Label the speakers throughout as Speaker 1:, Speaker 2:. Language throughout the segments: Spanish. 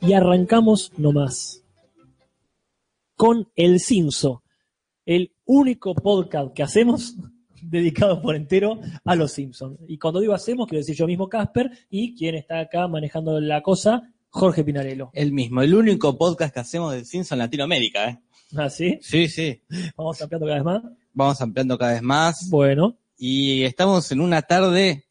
Speaker 1: Y arrancamos nomás con El Cinzo, el único podcast que hacemos dedicado por entero a los Simpsons. Y cuando digo hacemos, quiero decir yo mismo Casper y quien está acá manejando la cosa, Jorge Pinarello.
Speaker 2: El mismo, el único podcast que hacemos del Simpson en Latinoamérica, ¿eh?
Speaker 1: ¿Así?
Speaker 2: Sí, sí.
Speaker 1: ¿Ah, Vamos ampliando cada vez más.
Speaker 2: Vamos ampliando cada vez más.
Speaker 1: Bueno.
Speaker 2: Y estamos en una tarde.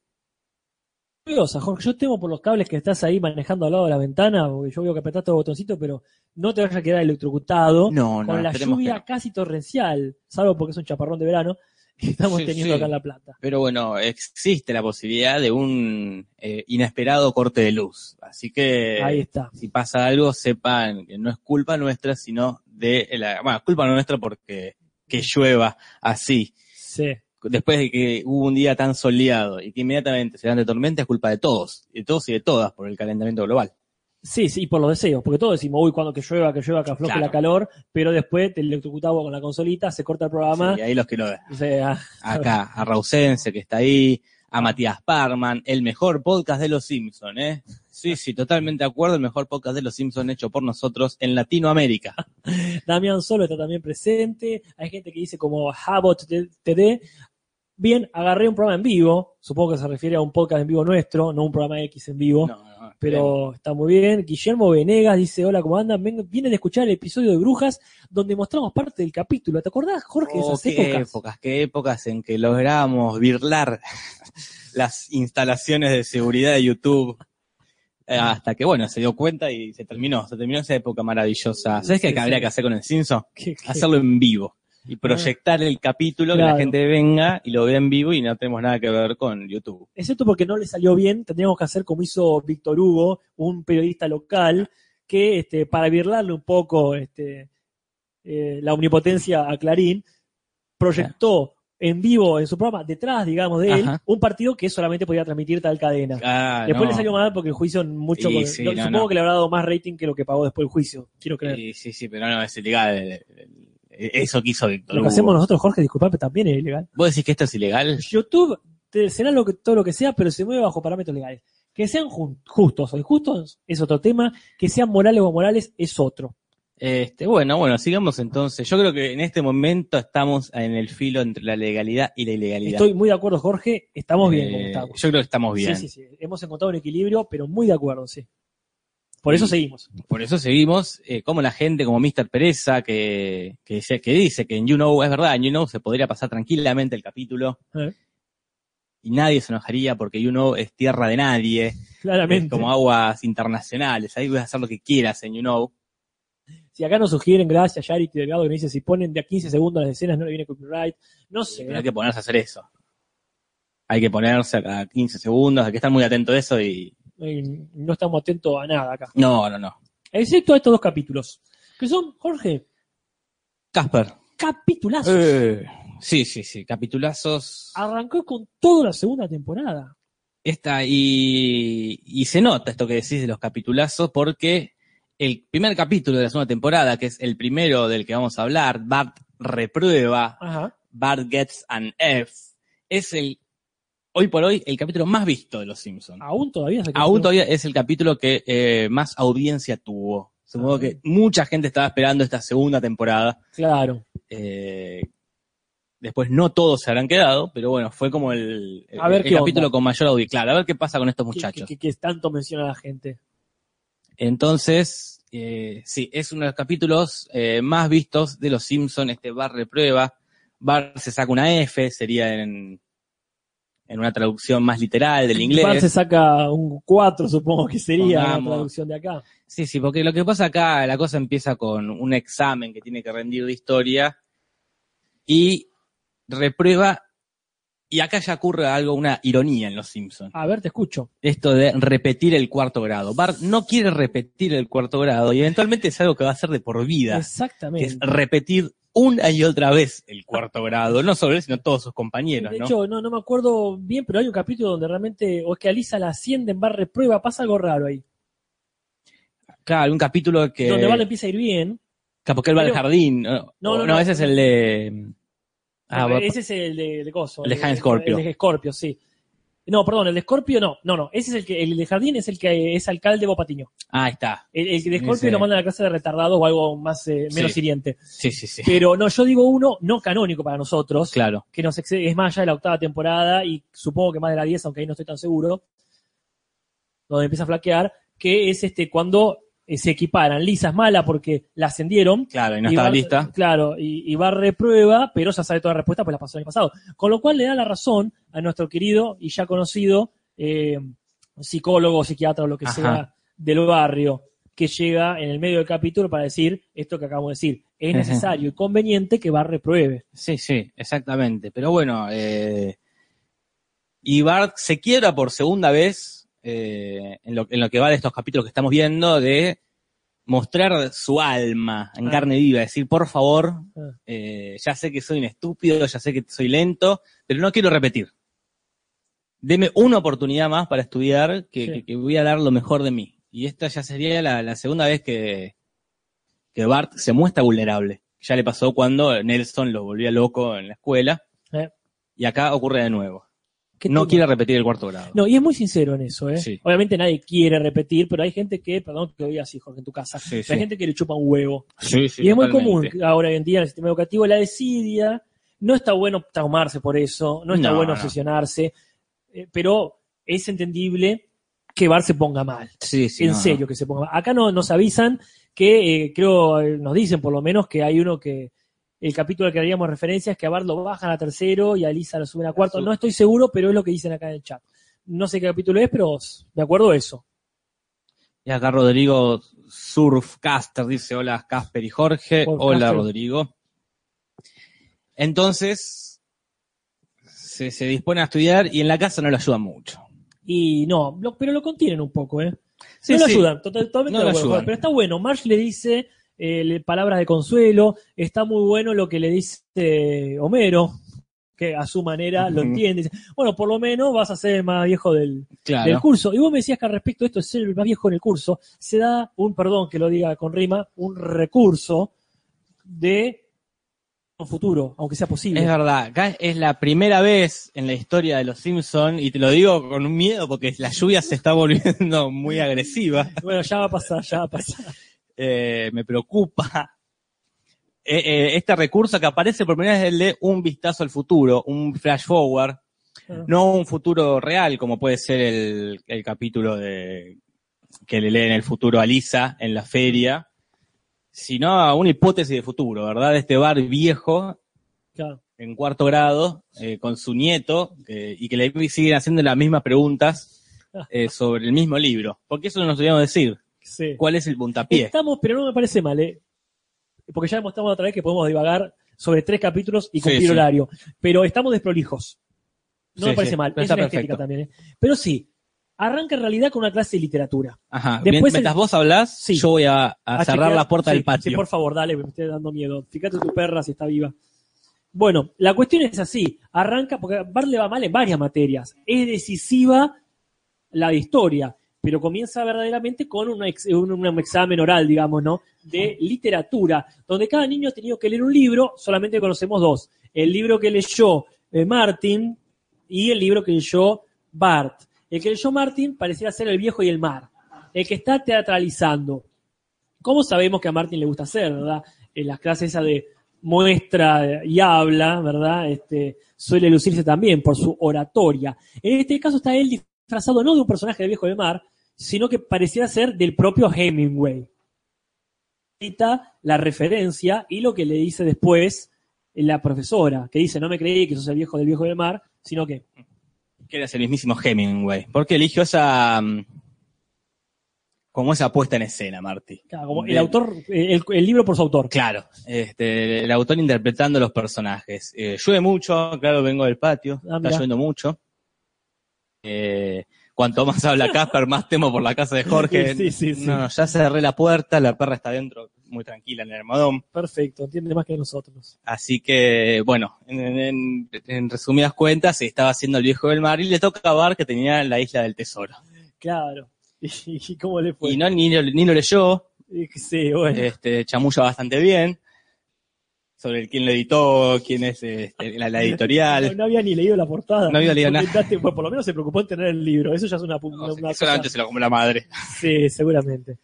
Speaker 1: Curiosa, Jorge, yo temo por los cables que estás ahí manejando al lado de la ventana, porque yo veo que apretaste los botoncitos, pero no te vayas a quedar electrocutado
Speaker 2: No, no,
Speaker 1: con la
Speaker 2: esperemos que
Speaker 1: lluvia
Speaker 2: no.
Speaker 1: casi torrencial, salvo porque es un chaparrón de verano que estamos
Speaker 2: Sí,
Speaker 1: teniendo
Speaker 2: sí.
Speaker 1: acá en La Plata.
Speaker 2: Pero bueno, existe la posibilidad de un eh, inesperado corte de luz. Así que.
Speaker 1: Ahí está.
Speaker 2: si pasa algo, sepan que no es culpa nuestra, sino de la, bueno, culpa nuestra porque que llueva así,
Speaker 1: Sí.
Speaker 2: después de que hubo un día tan soleado y que inmediatamente se dan de tormenta, es culpa de todos, de todos y de todas por el calentamiento global.
Speaker 1: Sí, sí, y por los deseos, porque todos decimos, uy, cuando que llueva, que llueva, que afloje
Speaker 2: Claro.
Speaker 1: la calor, pero después te electrocutamos con la consolita, se corta el programa,
Speaker 2: Y ahí los que lo ven.
Speaker 1: o sea,
Speaker 2: Acá, a Rausense que está ahí, a Matías Parman, el mejor podcast de los Simpsons, ¿eh? Sí, sí, totalmente de acuerdo, el mejor podcast de los Simpsons hecho por nosotros en Latinoamérica.
Speaker 1: Damián Solo está también presente, hay gente que dice como Habot TD, bien, agarré un programa en vivo, supongo que se refiere a un podcast en vivo nuestro, no un programa X en vivo,
Speaker 2: No, no, no,
Speaker 1: pero está muy bien. Guillermo Venegas dice, hola, ¿cómo andan? Ven- vienen de escuchar el episodio de Brujas, donde mostramos parte del capítulo, ¿te acordás, Jorge, de
Speaker 2: Oh,
Speaker 1: esas
Speaker 2: qué
Speaker 1: épocas?
Speaker 2: épocas, qué épocas en que logramos virlar las instalaciones de seguridad de YouTube. Eh, Hasta que bueno, se dio cuenta y se terminó, se terminó esa época maravillosa. ¿Sabes qué
Speaker 1: Sí,
Speaker 2: habría
Speaker 1: sí.
Speaker 2: que hacer con el Simpson?
Speaker 1: Qué- qué-
Speaker 2: Hacerlo en vivo y proyectar el capítulo que
Speaker 1: Claro.
Speaker 2: la gente venga y lo vea en vivo y no tenemos nada que ver con YouTube.
Speaker 1: excepto porque no le salió bien, tendríamos que hacer como hizo Víctor Hugo, un periodista local, que este, para virlarle un poco este, eh, la omnipotencia a Clarín, proyectó en vivo en su programa, detrás, digamos, de él,
Speaker 2: Ajá.
Speaker 1: un partido que solamente podía transmitir tal cadena.
Speaker 2: Ah,
Speaker 1: Después
Speaker 2: no.
Speaker 1: le salió mal porque el juicio mucho.
Speaker 2: Y
Speaker 1: con-
Speaker 2: sí,
Speaker 1: lo-
Speaker 2: no,
Speaker 1: supongo
Speaker 2: no.
Speaker 1: que le habrá dado más rating que lo que pagó después el juicio, quiero creer.
Speaker 2: Y sí, sí, pero no es ilegal. eh, eh, Eso que hizo Víctor.
Speaker 1: lo que
Speaker 2: Hugo.
Speaker 1: hacemos nosotros, Jorge, disculpame, también es ilegal.
Speaker 2: ¿Vos decís que esto es ilegal?
Speaker 1: YouTube te- será lo que, todo lo que sea, pero se mueve bajo parámetros legales. Que sean jun- justos o injustos es otro tema, que sean morales o morales es otro.
Speaker 2: Este, bueno, bueno, sigamos entonces. Yo creo que en este momento estamos en el filo entre la legalidad y la ilegalidad.
Speaker 1: Estoy muy de acuerdo, Jorge, estamos bien
Speaker 2: Eh,
Speaker 1: como estamos.
Speaker 2: Yo creo que estamos bien.
Speaker 1: Sí, sí, sí, hemos encontrado un equilibrio, pero muy de acuerdo, sí. Por eso
Speaker 2: Sí.
Speaker 1: seguimos.
Speaker 2: Por eso seguimos, eh, como la gente, como Mr. Pereza, que, que, dice- que dice que en You Know, es verdad, en You Know se podría pasar tranquilamente el capítulo.
Speaker 1: Eh.
Speaker 2: Y nadie se enojaría porque You Know es tierra de nadie, es
Speaker 1: Claramente.
Speaker 2: como aguas internacionales, ahí puedes hacer lo que quieras en You Know.
Speaker 1: Si acá nos sugieren, gracias, Charity Delgado, que me dice, si ponen de a 15 segundos las escenas, no le viene copyright. No sé.
Speaker 2: Pero hay que ponerse a hacer eso. Hay que ponerse a cada 15 segundos, hay que estar muy atento a eso y...
Speaker 1: eh, No estamos atentos a nada acá.
Speaker 2: No, no, no.
Speaker 1: Excepto a estos dos capítulos. Que son, Jorge,
Speaker 2: Casper.
Speaker 1: capitulazos.
Speaker 2: Eh, sí, sí, sí, capitulazos.
Speaker 1: arrancó con toda la segunda temporada.
Speaker 2: Esta, y, y se nota esto que decís de los capitulazos porque el primer capítulo de la segunda temporada, que es el primero del que vamos a hablar, Bart reprueba,
Speaker 1: Ajá.
Speaker 2: Bart gets an F, es el, hoy por hoy, el capítulo más visto de Los Simpsons.
Speaker 1: Aún todavía se
Speaker 2: Aún todavía es el capítulo que eh, más audiencia tuvo. Supongo
Speaker 1: Ah.
Speaker 2: que mucha gente estaba esperando esta segunda temporada.
Speaker 1: Claro.
Speaker 2: Eh, después no todos se habrán quedado, pero bueno, fue como el, el-
Speaker 1: A ver
Speaker 2: el
Speaker 1: qué
Speaker 2: capítulo
Speaker 1: onda.
Speaker 2: con mayor audiencia. Claro, a ver qué pasa con estos
Speaker 1: Que,
Speaker 2: muchachos.
Speaker 1: que- que tanto menciona la gente.
Speaker 2: Entonces, eh, sí, es uno de los capítulos eh, más vistos de Los Simpsons, este bar de prueba. Bar se saca una F, sería en, en una traducción más literal del
Speaker 1: Bart se
Speaker 2: inglés.
Speaker 1: saca un 4, supongo que sería la
Speaker 2: Pongamos.
Speaker 1: traducción de acá.
Speaker 2: Sí, sí, porque lo que pasa acá, la cosa empieza con un examen que tiene que rendir de historia y reprueba. Y acá ya ocurre algo, una ironía en Los Simpsons.
Speaker 1: A ver, te escucho.
Speaker 2: esto de repetir el cuarto grado. Bart no quiere repetir el cuarto grado y eventualmente es algo que va a ser de por vida, que es
Speaker 1: Exactamente.
Speaker 2: repetir una y otra vez el cuarto grado, no solo él, sino todos sus compañeros,
Speaker 1: de
Speaker 2: ¿no?
Speaker 1: hecho, no, no me acuerdo bien, pero hay un capítulo donde realmente, o es que Alisa la asciende en barra de prueba, pasa algo raro ahí.
Speaker 2: Claro, un capítulo que...
Speaker 1: Donde Bart empieza a ir bien.
Speaker 2: Claro, porque él va al
Speaker 1: Pero-
Speaker 2: jardín. No,
Speaker 1: No,
Speaker 2: no,
Speaker 1: no, no.
Speaker 2: ese es el de... Ah, va-
Speaker 1: ese es el de, de Coso.
Speaker 2: El de Han Scorpio.
Speaker 1: El de Scorpio, sí. No, perdón, el de Scorpio no. No, no. Ese es el que, el de Jardín es el que es alcalde de Bopatiño.
Speaker 2: Ah, ahí está.
Speaker 1: El, el de Scorpio
Speaker 2: Ese.
Speaker 1: lo mandan a la clase de retardado o algo más, eh, menos
Speaker 2: Sí.
Speaker 1: hiriente.
Speaker 2: Sí, sí, sí.
Speaker 1: Pero no, yo digo uno no canónico para nosotros,
Speaker 2: Claro.
Speaker 1: que nos excede, es más allá de la octava temporada y supongo que más de la 10, aunque ahí no estoy tan seguro, donde empieza a flaquear, que es este cuando eh, se equiparan. Lisa es mala porque la ascendieron.
Speaker 2: Claro, y no
Speaker 1: y
Speaker 2: estaba
Speaker 1: Bar-
Speaker 2: lista.
Speaker 1: Claro, y, y Bar reprueba, pero ya sabe toda la respuesta, pues la pasó el año pasado. Con lo cual le da la razón a nuestro querido y ya conocido eh, psicólogo, psiquiatra o lo que
Speaker 2: Ajá.
Speaker 1: sea del barrio, que llega en el medio del capítulo para decir esto que acabo de decir. Es
Speaker 2: Ajá.
Speaker 1: necesario y conveniente que Bar repruebe.
Speaker 2: Sí, sí, exactamente. Pero bueno, eh, y Bart se quiebra por segunda vez eh, en, lo, en lo que va de estos capítulos que estamos viendo, de mostrar su alma en
Speaker 1: Ah.
Speaker 2: carne viva, decir, por favor,
Speaker 1: Ah.
Speaker 2: eh, ya sé que soy un estúpido, ya sé que soy lento, pero no quiero repetir. Deme una oportunidad más para estudiar, que,
Speaker 1: Sí.
Speaker 2: que- que voy a dar lo mejor de mí. Y esta ya sería la, la segunda vez que, que Bart se muestra vulnerable. Ya le pasó cuando Nelson lo volvía loco en la escuela.
Speaker 1: Eh.
Speaker 2: Y acá ocurre de nuevo.
Speaker 1: ¿Qué
Speaker 2: No
Speaker 1: tipo-
Speaker 2: quiere repetir el cuarto grado.
Speaker 1: No, y es muy sincero en eso, ¿eh?
Speaker 2: Sí.
Speaker 1: Obviamente nadie quiere repetir, pero hay gente que, perdón que lo diga así, Jorge, en tu casa,
Speaker 2: Sí,
Speaker 1: pero hay
Speaker 2: sí.
Speaker 1: gente que le chupa un huevo.
Speaker 2: Sí, sí,
Speaker 1: y es muy
Speaker 2: totalmente.
Speaker 1: común que ahora hoy en día en el sistema educativo la desidia. No está bueno traumarse por eso, no está
Speaker 2: No,
Speaker 1: bueno
Speaker 2: no.
Speaker 1: obsesionarse, eh, pero es entendible que Bar se ponga mal.
Speaker 2: Sí, sí,
Speaker 1: en
Speaker 2: no, no.
Speaker 1: serio que se ponga mal. Acá no, nos avisan que, eh, creo, eh, nos dicen por lo menos que hay uno que. El capítulo al que haríamos referencia es que a Bar lo bajan a tercero y a Lisa lo suben a cuarto.
Speaker 2: Azul.
Speaker 1: No estoy seguro, pero es lo que dicen acá en el chat. No sé qué capítulo es, pero s- me acuerdo eso.
Speaker 2: Y acá Rodrigo Surfcaster dice: Hola Casper y Jorge.
Speaker 1: Surfcaster.
Speaker 2: Hola Rodrigo. Entonces, se, se dispone a estudiar y en la casa no lo ayuda mucho.
Speaker 1: Y no, lo- pero lo contienen un poco, ¿eh?
Speaker 2: Sí,
Speaker 1: no lo
Speaker 2: sí.
Speaker 1: ayudan, total- totalmente
Speaker 2: No
Speaker 1: de
Speaker 2: lo
Speaker 1: acuerdo,
Speaker 2: ayudan.
Speaker 1: Pero está bueno. Marsh le dice eh, le- palabras de consuelo. Está muy bueno lo que le dice eh, Homero, que a su manera lo
Speaker 2: Ujú.
Speaker 1: entiende. Dice, bueno, por lo menos vas a ser el más viejo del,
Speaker 2: Claro.
Speaker 1: del curso. Y vos me decías que al respecto de esto es ser el más viejo en el curso. Se da un, perdón que lo diga con rima, un recurso de un futuro, aunque sea posible.
Speaker 2: Es verdad, acá es la primera vez en la historia de los Simpsons, y te lo digo con miedo porque la lluvia se está volviendo muy agresiva,
Speaker 1: Bueno, ya va a pasar, ya va a pasar.
Speaker 2: eh, me preocupa. Eh, eh, este recurso que aparece por primera vez es el de un vistazo al futuro, un flash forward, no un futuro real como puede ser el, el capítulo de que le leen el futuro a Lisa en la feria, sino a una hipótesis de futuro, ¿verdad? De este bar viejo
Speaker 1: Claro.
Speaker 2: en cuarto grado eh, con su nieto eh, y que le siguen haciendo las mismas preguntas eh, sobre el mismo libro. Porque eso no nos debíamos decir.
Speaker 1: Sí.
Speaker 2: ¿Cuál es el puntapié?
Speaker 1: Estamos, pero no me parece mal, ¿eh? Porque ya demostramos otra vez que podemos divagar sobre tres capítulos y
Speaker 2: Sí,
Speaker 1: cumplir
Speaker 2: sí.
Speaker 1: horario. Pero estamos desprolijos. No
Speaker 2: Sí,
Speaker 1: me parece
Speaker 2: sí,
Speaker 1: mal.
Speaker 2: pero
Speaker 1: Es
Speaker 2: está
Speaker 1: una estética
Speaker 2: perfecto.
Speaker 1: también, ¿eh? Pero sí, arranca en realidad con una clase de literatura.
Speaker 2: Ajá.
Speaker 1: Después
Speaker 2: Mien- Mientras
Speaker 1: el-
Speaker 2: vos hablás,
Speaker 1: Sí.
Speaker 2: yo voy a, a
Speaker 1: A
Speaker 2: cerrar
Speaker 1: chequear-
Speaker 2: la puerta
Speaker 1: Ah, sí,
Speaker 2: del patio.
Speaker 1: Sí, por favor, dale, me estoy dando miedo. Fíjate tu perra si está viva. Bueno, la cuestión es así. Arranca, porque Bart le va mal en varias materias. Es decisiva la de historia, pero comienza verdaderamente con una ex- un, un examen oral, digamos, ¿no? De literatura, donde cada niño ha tenido que leer un libro, solamente conocemos dos. El libro que leyó eh, Martin y el libro que leyó Bart. El que leyó Martin pareciera ser El viejo y el mar, el que está teatralizando. ¿Cómo sabemos que a Martin le gusta hacer, verdad? En las clases esa de muestra y habla, ¿verdad? Este, suele lucirse también por su oratoria. En este caso está él disfrazado no de un personaje de Viejo del Mar, sino que pareciera ser del propio Hemingway. Cita La referencia y lo que le dice después la profesora, que dice, no me creí que sos el viejo del Viejo del Mar, sino que
Speaker 2: Que eres el mismísimo Hemingway. ¿Por qué eligió esa. mm, como esa puesta en escena, Marty?
Speaker 1: claro, como el
Speaker 2: Bien.
Speaker 1: autor, eh, el, el libro por su autor.
Speaker 2: Claro, este, el autor interpretando los personajes. Eh, llueve mucho, claro, vengo del patio,
Speaker 1: Ah,
Speaker 2: está
Speaker 1: mirá.
Speaker 2: lloviendo mucho. Eh, cuanto más habla Casper, más temo por la casa de Jorge.
Speaker 1: Sí, sí, sí.
Speaker 2: No, no, ya cerré la puerta, la perra está adentro, muy tranquila en el armadón.
Speaker 1: Perfecto, entiende más que nosotros.
Speaker 2: Así que, bueno, en, en- en resumidas cuentas, estaba haciendo el viejo del mar y le toca a Bar que tenía la isla del tesoro.
Speaker 1: Claro. ¿Y cómo le fue?
Speaker 2: Y no, ni, lo- ni lo leyó,
Speaker 1: Eh, Sí, bueno.
Speaker 2: este, chamulla bastante bien. sobre el quién lo editó, quién es este, la, la editorial.
Speaker 1: No, no había ni leído la portada.
Speaker 2: No había leído
Speaker 1: Porque
Speaker 2: nada.
Speaker 1: entraste- bueno, por lo menos se preocupó en tener el libro. Eso ya es una, pu-
Speaker 2: No,
Speaker 1: una-
Speaker 2: sí,
Speaker 1: una
Speaker 2: solamente
Speaker 1: cosa-
Speaker 2: se lo comió la madre.
Speaker 1: Sí, seguramente.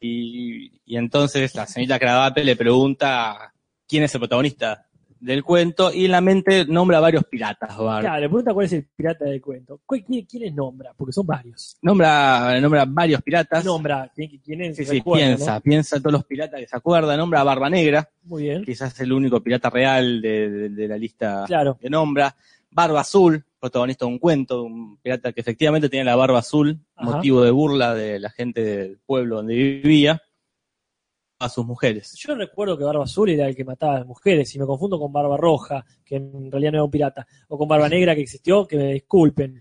Speaker 2: Y, y entonces la señorita Cravate le pregunta quién es el protagonista del cuento y en la mente nombra varios piratas, Bart.
Speaker 1: Claro, le pregunta cuál es el pirata del cuento. ¿Cu- qui- ¿Quiénes nombra? Porque son varios.
Speaker 2: Nombra, nombra varios piratas.
Speaker 1: Nombra, ¿quién, quién es?
Speaker 2: Ah, Sí, sí,
Speaker 1: Recuerda, ¿no?
Speaker 2: piensa, piensa todos los piratas que se acuerda, nombra a Barba Negra,
Speaker 1: Muy bien.
Speaker 2: quizás el único pirata real de, de- de la lista
Speaker 1: Claro,
Speaker 2: que nombra, Barba Azul, protagonista de un cuento, un pirata que efectivamente tenía la barba azul,
Speaker 1: Ajá.
Speaker 2: motivo de burla de la gente del pueblo donde vivía, a sus mujeres.
Speaker 1: yo recuerdo que Barba Azul era el que mataba a las mujeres, y me confundo con Barba Roja, que en realidad no era un pirata, o con Barba Negra que existió, que me disculpen.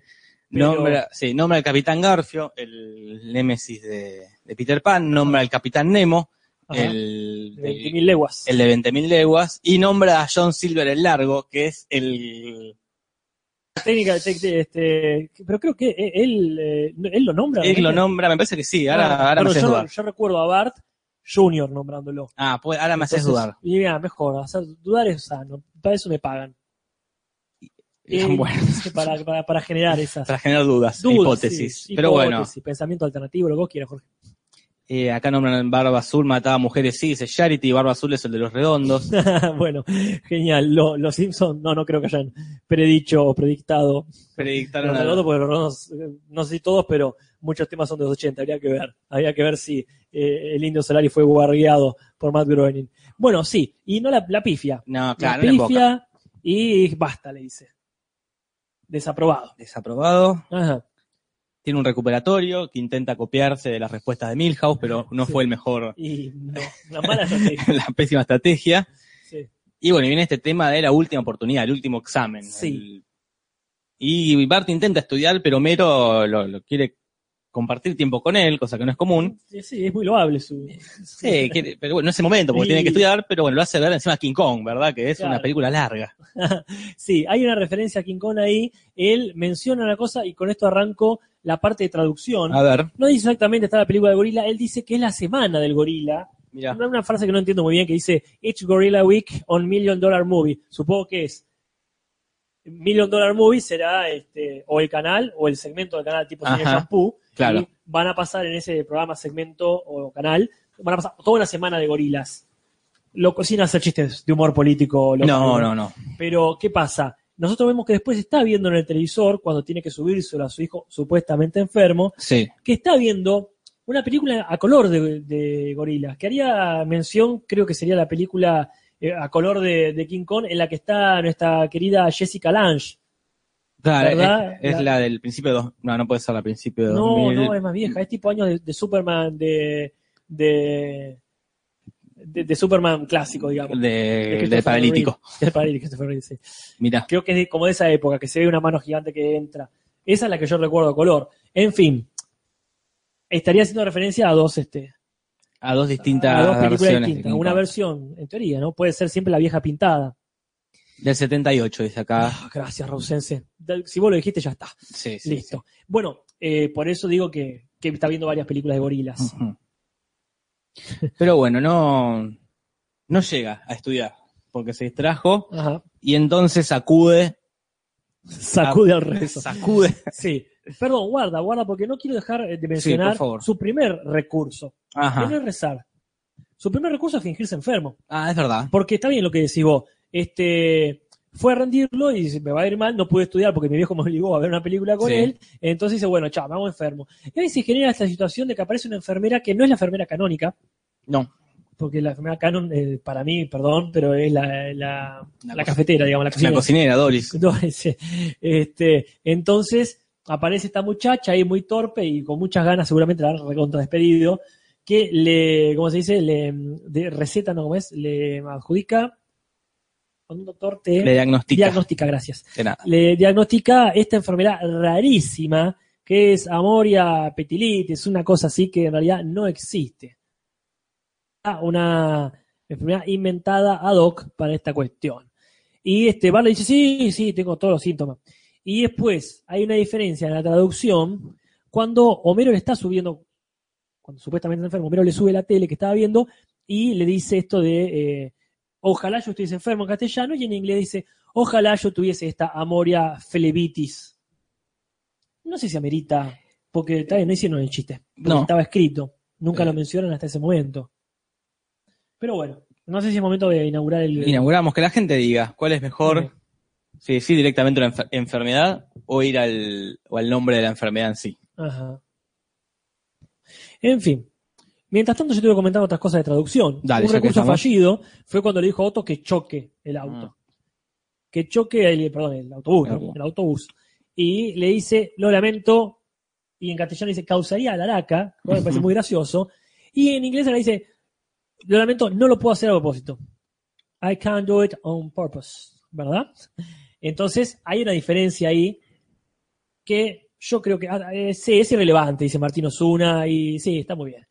Speaker 1: Pero-
Speaker 2: Nombra, sí, nombra al Capitán Garfio, el némesis de, de Peter Pan, nombra al Capitán Nemo,
Speaker 1: Ajá.
Speaker 2: el,
Speaker 1: De
Speaker 2: del-
Speaker 1: 20.000 leguas.
Speaker 2: el de 20.000 leguas, y nombra a John Silver el Largo, que es el...
Speaker 1: Técnica, tec- tec- este, pero creo que e- él, eh, no- él lo nombra.
Speaker 2: Él lo
Speaker 1: ¿no?
Speaker 2: nombra, me parece que sí,
Speaker 1: Ah,
Speaker 2: ahora, ahora me
Speaker 1: bueno,
Speaker 2: haces
Speaker 1: yo,
Speaker 2: dudar.
Speaker 1: yo recuerdo a Bart Junior nombrándolo.
Speaker 2: Ah, pues ahora me haces
Speaker 1: Entonces,
Speaker 2: dudar.
Speaker 1: Y mira, mejor, hacer dudar es sano. Para eso me pagan. Eh,
Speaker 2: Bueno,
Speaker 1: Para, para, para generar esas
Speaker 2: para generar dudas,
Speaker 1: dudas,
Speaker 2: hipótesis.
Speaker 1: sí,
Speaker 2: Pero bueno,
Speaker 1: hipótesis, Pensamiento alternativo, lo que vos quieras, Jorge.
Speaker 2: eh, acá nombran Barba Azul, mataba mujeres, sí, dice Charity, Barba Azul es el de los redondos.
Speaker 1: bueno, genial. Lo- los Simpsons, no, no creo que hayan predicho o predictado.
Speaker 2: Predictaron
Speaker 1: Los
Speaker 2: a-
Speaker 1: redondos, porque los redondos, eh, no sé si todos, pero muchos temas son de los 80. Habría que ver. Habría que ver si eh, el Indio Solari fue guardiado por Matt Groening. Bueno, sí. Y no la, la pifia.
Speaker 2: No,
Speaker 1: la
Speaker 2: claro, no le puedo creer.
Speaker 1: pifia y basta, le dice. Desaprobado.
Speaker 2: Desaprobado.
Speaker 1: Ajá.
Speaker 2: Tiene un recuperatorio que intenta copiarse de las respuestas de Milhouse, pero no
Speaker 1: Sí.
Speaker 2: fue el mejor,
Speaker 1: Y no, la mala estrategia.
Speaker 2: la pésima estrategia.
Speaker 1: Sí.
Speaker 2: Y bueno, y viene este tema de la última oportunidad, el último examen.
Speaker 1: Sí.
Speaker 2: El- y Bart intenta estudiar, pero Mero lo, lo quiere compartir tiempo con él, cosa que no es común.
Speaker 1: Sí, sí, es muy loable su.
Speaker 2: Sí, quiere- pero bueno, en ese momento, porque
Speaker 1: Sí.
Speaker 2: tiene que estudiar, pero bueno, lo hace ver encima King Kong, ¿verdad? Que es
Speaker 1: Claro.
Speaker 2: una película larga.
Speaker 1: Sí, hay una referencia a King Kong ahí. Él menciona una cosa y con esto arranco la parte de traducción.
Speaker 2: A ver,
Speaker 1: No dice exactamente está la película del gorila, él dice que es la semana del gorila.
Speaker 2: mira.
Speaker 1: Una frase que no entiendo muy bien que dice Each Gorilla Week on Million Dollar Movie. Supongo que es Million Dollar Movie será este, o el canal o el segmento del canal tipo Cine
Speaker 2: Ajá,
Speaker 1: Shampoo.
Speaker 2: claro.
Speaker 1: Y van a pasar en ese programa, segmento o canal, van a pasar toda una semana de gorilas. Lo cocina hacer chistes de humor político. local,
Speaker 2: No, no, no.
Speaker 1: pero, ¿qué pasa? Nosotros vemos que después está viendo en el televisor, cuando tiene que subirse a su hijo supuestamente enfermo,
Speaker 2: Sí.
Speaker 1: que está viendo una película a color de, de gorilas, que haría mención, creo que sería la película eh, a color de, de King Kong, en la que está nuestra querida Jessica Lange.
Speaker 2: Claro,
Speaker 1: ¿Verdad?
Speaker 2: es, es
Speaker 1: La-
Speaker 2: la... del principio de dos. No, no puede ser la principio de
Speaker 1: No,
Speaker 2: 2000.
Speaker 1: no, es más vieja, es tipo años de, de Superman, de, de, de, de Superman clásico, digamos.
Speaker 2: de,
Speaker 1: Christopher
Speaker 2: del paralítico.
Speaker 1: Reeve. Del paralítico, Christopher Reeve, sí.
Speaker 2: Mira.
Speaker 1: creo que es de- como de esa época, que se ve una mano gigante que entra. Esa es la que yo recuerdo a color. En fin, estaría haciendo referencia a dos, este,
Speaker 2: A dos distintas
Speaker 1: a dos películas
Speaker 2: versiones.
Speaker 1: distintas.
Speaker 2: de King
Speaker 1: Una
Speaker 2: Kong.
Speaker 1: versión, en teoría, ¿no? Puede ser siempre la vieja pintada.
Speaker 2: Del 78, dice acá.
Speaker 1: Ah, gracias, Rausense. Del- Si vos lo dijiste, ya está.
Speaker 2: Sí, sí.
Speaker 1: Listo. Bueno, eh, por eso digo que, que está viendo varias películas de gorilas.
Speaker 2: Ujú. Pero bueno, no, no llega a estudiar porque se distrajo
Speaker 1: Ajá.
Speaker 2: y entonces sacude,
Speaker 1: Sacude al resto.
Speaker 2: sacude.
Speaker 1: Sí. Perdón, guarda, guarda, porque no quiero dejar eh, de mencionar
Speaker 2: favor.
Speaker 1: su primer recurso, que no
Speaker 2: Ajá.
Speaker 1: es rezar. Su primer recurso es fingirse enfermo.
Speaker 2: Ah, es verdad.
Speaker 1: Porque está bien lo que decís vos. Este, fue a rendirlo y dice, me va a ir mal, no pude estudiar porque mi viejo me obligó a ver una película con
Speaker 2: Sí.
Speaker 1: él. Entonces dice, bueno, chao, me hago enfermo. Y ahí se genera esta situación de que aparece una enfermera que no es la enfermera canónica,
Speaker 2: No.
Speaker 1: porque la enfermera canon, eh, para mí, perdón, pero es la, la,
Speaker 2: La
Speaker 1: la
Speaker 2: co-
Speaker 1: cafetera, digamos, la
Speaker 2: La
Speaker 1: cafetera.
Speaker 2: cocinera, Doris.
Speaker 1: Entonces, este, entonces aparece esta muchacha ahí muy torpe y con muchas ganas, seguramente la han recontra despedido, que le, ¿cómo se dice? Le mm, de, receta, ¿no? ¿Cómo es? Le adjudica, con un doctor te
Speaker 2: Le diagnostica.
Speaker 1: diagnostica, gracias.
Speaker 2: De nada.
Speaker 1: Le diagnostica esta enfermedad rarísima que es amoria petilitis, una cosa así que en realidad no existe. Ah, Una enfermedad inventada ad hoc para esta cuestión. Y este Bar le dice, sí, sí, tengo todos los síntomas. Y después hay una diferencia en la traducción cuando Homero le está subiendo, cuando supuestamente está enfermo, Homero le sube la tele que estaba viendo y le dice esto de eh, ojalá yo estuviese enfermo en castellano, y en inglés dice, ojalá yo tuviese esta amoria flebitis. No sé si amerita, porque tal vez no hicieron el chiste, porque
Speaker 2: No.
Speaker 1: estaba escrito, nunca
Speaker 2: Eh.
Speaker 1: lo mencionan hasta ese momento. Pero bueno, no sé si es momento de inaugurar el...
Speaker 2: Inauguramos, que la gente diga cuál es mejor,
Speaker 1: Ok.
Speaker 2: si decir directamente una enfer- enfermedad o ir al, o al nombre de la enfermedad en sí.
Speaker 1: Ajá. En fin. Mientras tanto, yo te voy a comentar otras cosas de traducción.
Speaker 2: Dale,
Speaker 1: Un
Speaker 2: ya que
Speaker 1: recurso
Speaker 2: estamos.
Speaker 1: fallido fue cuando le dijo a Otto que choque el auto. Que choque el, perdón, el autobús, ¿no?
Speaker 2: Claro.
Speaker 1: el autobús. Y le dice, lo lamento, y en castellano dice, causaría la laca, me parece
Speaker 2: Ujú.
Speaker 1: muy gracioso. Y en inglés le dice, lo lamento, no lo puedo hacer a propósito. I can't do it on purpose, ¿verdad? Entonces, hay una diferencia ahí que yo creo que ah, eh, sí, es irrelevante, dice Martín Osuna, y sí, está muy bien.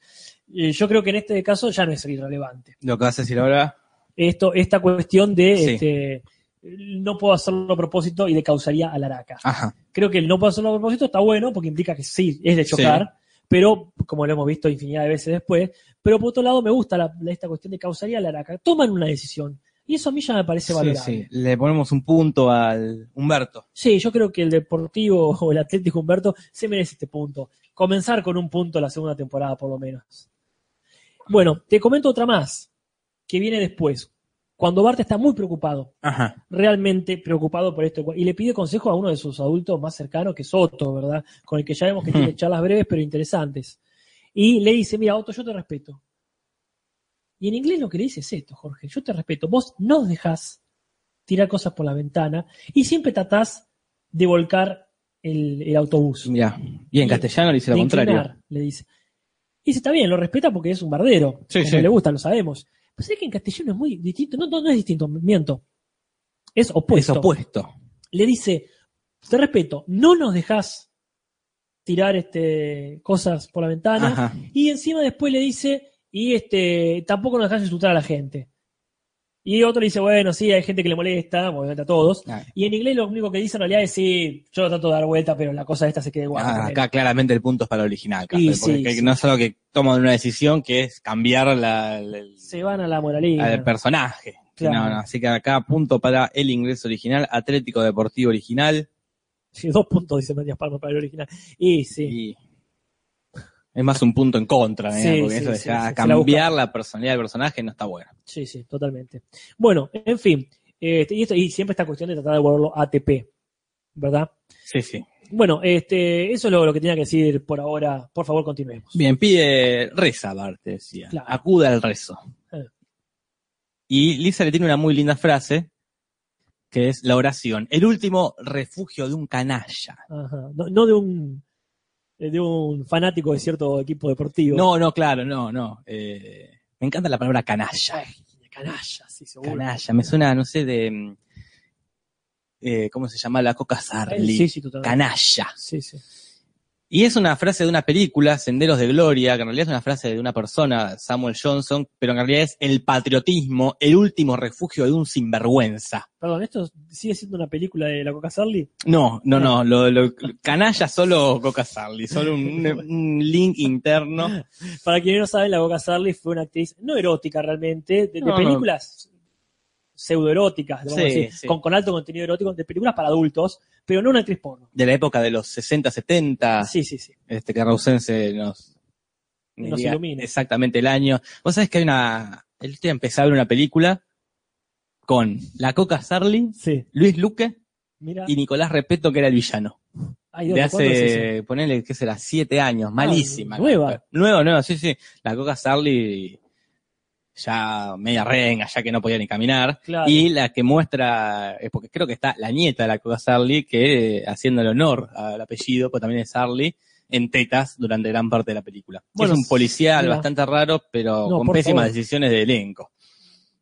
Speaker 1: Eh, yo creo que en este caso ya no es irrelevante.
Speaker 2: Lo que vas a decir ahora,
Speaker 1: Esto, esta cuestión de
Speaker 2: Sí.
Speaker 1: este, no puedo hacerlo a propósito y le causaría a la araca.
Speaker 2: ajá,
Speaker 1: Creo que el no puedo hacerlo a propósito está bueno porque implica que sí, es de chocar, pero como lo hemos visto infinidad de veces después, pero por otro lado me gusta la- la- esta cuestión de causaría a la araca. Toman una decisión. Y eso a mí ya me parece
Speaker 2: Sí,
Speaker 1: valorable.
Speaker 2: sí. le ponemos un punto al Humberto.
Speaker 1: Sí, yo creo que el Deportivo o el Atlético Humberto se merece este punto. Comenzar con un punto la segunda temporada, por lo menos. Bueno, te comento otra más, que viene después. Cuando Bart está muy preocupado,
Speaker 2: Ajá,
Speaker 1: realmente preocupado por esto, y le pide consejo a uno de sus adultos más cercanos, que es Otto, ¿verdad? Con el que ya vemos que
Speaker 2: Ujú.
Speaker 1: tiene charlas breves pero interesantes. Y le dice, mira, Otto, yo te respeto. Y en inglés lo que le dice es esto, Jorge, yo te respeto. Vos nos dejás tirar cosas por la ventana y siempre tratás de volcar el, el autobús.
Speaker 2: mira, y en
Speaker 1: Y-
Speaker 2: castellano le dice lo
Speaker 1: de
Speaker 2: contrario.
Speaker 1: inclinar, le dice. Y dice, está bien, lo respeta porque es un bardero.
Speaker 2: Sí,
Speaker 1: como
Speaker 2: sí.
Speaker 1: le gusta, lo sabemos. Pero es que en castellano es muy distinto. No, no, no es distinto, miento. Es
Speaker 2: Es
Speaker 1: opuesto.
Speaker 2: opuesto.
Speaker 1: Le dice, te respeto, no nos dejás tirar este, cosas por la ventana.
Speaker 2: Ajá.
Speaker 1: Y encima después le dice, y este, tampoco nos dejas insultar a la gente. Y otro le dice, bueno, sí, hay gente que le molesta, obviamente a todos.
Speaker 2: Ah,
Speaker 1: Y en inglés lo único que dice en realidad es, sí, yo lo trato de dar vuelta, pero la cosa esta se queda igual.
Speaker 2: ah,
Speaker 1: ponele.
Speaker 2: acá claramente el punto es para el original,
Speaker 1: Y
Speaker 2: Casper, porque
Speaker 1: sí,
Speaker 2: que
Speaker 1: sí.
Speaker 2: no es solo que toman una decisión que es cambiar la, la- el-
Speaker 1: Se van a la moralina.
Speaker 2: al personaje.
Speaker 1: Claro.
Speaker 2: No, no, así que acá punto para el ingreso original, Atlético Deportivo original.
Speaker 1: Sí, dos puntos, dice Matías Palma para el original. Y sí,
Speaker 2: Y es más un punto en contra, ¿eh?
Speaker 1: Sí,
Speaker 2: porque
Speaker 1: sí,
Speaker 2: eso de
Speaker 1: sí,
Speaker 2: ya
Speaker 1: sí, se la
Speaker 2: cambiar la, personalidad del personaje no está bueno.
Speaker 1: sí, sí, totalmente. Bueno, en fin. este, y, esto- y siempre esta cuestión de tratar de volverlo ATP, ¿verdad?
Speaker 2: Sí, sí.
Speaker 1: Bueno, este, eso es lo, lo que tenía que decir por ahora. Por favor, continuemos.
Speaker 2: Bien, pide reza, Bart, te decía.
Speaker 1: Claro.
Speaker 2: Acuda al rezo.
Speaker 1: Eh.
Speaker 2: Y Lisa le tiene una muy linda frase, que es la oración. El último refugio de un canalla.
Speaker 1: Ajá. No, no de un eh, de un fanático de cierto equipo deportivo.
Speaker 2: No, no, claro, no, no. Eh, me encanta la palabra canalla.
Speaker 1: Ay, canalla, sí, seguro.
Speaker 2: Canalla, me suena, no sé, de... mm, eh, ¿Cómo se llama? La coca
Speaker 1: Ay,
Speaker 2: Sarli.
Speaker 1: sí, sí, totalmente.
Speaker 2: Canalla.
Speaker 1: Sí, sí.
Speaker 2: Y es una frase de una película, Senderos de Gloria, que en realidad es una frase de una persona, Samuel Johnson, pero en realidad es el patriotismo, el último refugio de un sinvergüenza.
Speaker 1: Perdón, ¿esto sigue siendo una película de la Coca Sarli?
Speaker 2: No, no, no, lo, lo- canalla solo Coca Sarli, solo un, un link interno.
Speaker 1: Para quienes no saben, la Coca Sarli fue una actriz no erótica realmente, de- de,
Speaker 2: No, no.
Speaker 1: películas pseudoeróticas, vamos a
Speaker 2: Sí,
Speaker 1: decir,
Speaker 2: sí.
Speaker 1: Con, con alto contenido erótico, de películas para adultos, pero no una actriz porno.
Speaker 2: De la época de los 60, 70,
Speaker 1: Sí, sí, sí.
Speaker 2: este que Rausense nos,
Speaker 1: Nos
Speaker 2: diga
Speaker 1: ilumine.
Speaker 2: Exactamente el año. Vos sabés que hay una, el otro día empecé a ver una película con la Coca Sarli,
Speaker 1: Sí,
Speaker 2: Luis Luque
Speaker 1: mira.
Speaker 2: y Nicolás Repeto, que era el villano.
Speaker 1: ay, Dios,
Speaker 2: de
Speaker 1: ¿cuándo es eso? Ah,
Speaker 2: hace, ponele, qué será, siete años, malísima.
Speaker 1: nueva.
Speaker 2: Nueva, nueva, sí, sí. La Coca Sarli ya media renga, ya que no podía ni caminar.
Speaker 1: Claro.
Speaker 2: Y la que muestra, eh, porque creo que está la nieta de la Coca Sarli, que eh, haciendo el honor al apellido, pues también es Sarli, en tetas durante gran parte de la película.
Speaker 1: Bueno,
Speaker 2: es un policial
Speaker 1: mira.
Speaker 2: bastante raro, pero
Speaker 1: No,
Speaker 2: con
Speaker 1: por
Speaker 2: pésimas
Speaker 1: favor.
Speaker 2: decisiones de elenco.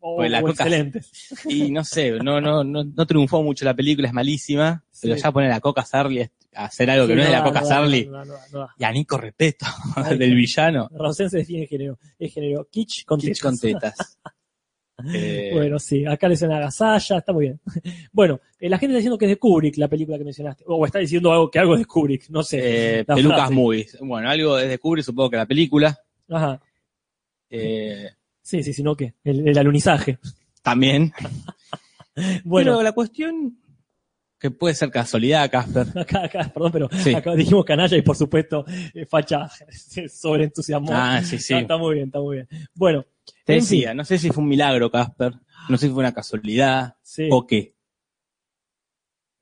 Speaker 1: Oh,
Speaker 2: pues la
Speaker 1: oh,
Speaker 2: Coca-
Speaker 1: excelente.
Speaker 2: Y no sé, no, no, no, no triunfó mucho la película, es malísima, pero
Speaker 1: Sí.
Speaker 2: ya poner a Coca Sarli a hacer algo que
Speaker 1: Sí,
Speaker 2: no, es de la
Speaker 1: da,
Speaker 2: Coca
Speaker 1: da,
Speaker 2: Sarli
Speaker 1: no da, no da, no da.
Speaker 2: y a Nico Repeto,
Speaker 1: Ay,
Speaker 2: del
Speaker 1: qué-
Speaker 2: villano,
Speaker 1: Rausen se define género. Es género kitsch con
Speaker 2: Kitsch
Speaker 1: tetas.
Speaker 2: con tetas. Eh,
Speaker 1: Bueno, sí, acá le dicen agasalla, está muy bien. Bueno, eh, la gente está diciendo que es de Kubrick la película que mencionaste. O está diciendo algo que algo es de Kubrick, no sé.
Speaker 2: eh,
Speaker 1: la
Speaker 2: pelucas
Speaker 1: frase.
Speaker 2: Movies. Bueno, algo desde Kubrick, supongo que la película.
Speaker 1: Ajá.
Speaker 2: Eh,
Speaker 1: Sí, sí, sino que el, el alunizaje.
Speaker 2: También.
Speaker 1: Bueno,
Speaker 2: Pero la cuestión, que puede ser casualidad, Casper.
Speaker 1: acá, acá, perdón, pero
Speaker 2: Sí.
Speaker 1: acá dijimos canalla y por supuesto eh, facha se sobreentusiasmó.
Speaker 2: Ah, sí, sí.
Speaker 1: Está, está muy bien, está muy bien. Bueno,
Speaker 2: Te
Speaker 1: en
Speaker 2: decía, no sé si fue un milagro, Casper. No sé si fue una casualidad
Speaker 1: sí.
Speaker 2: o qué.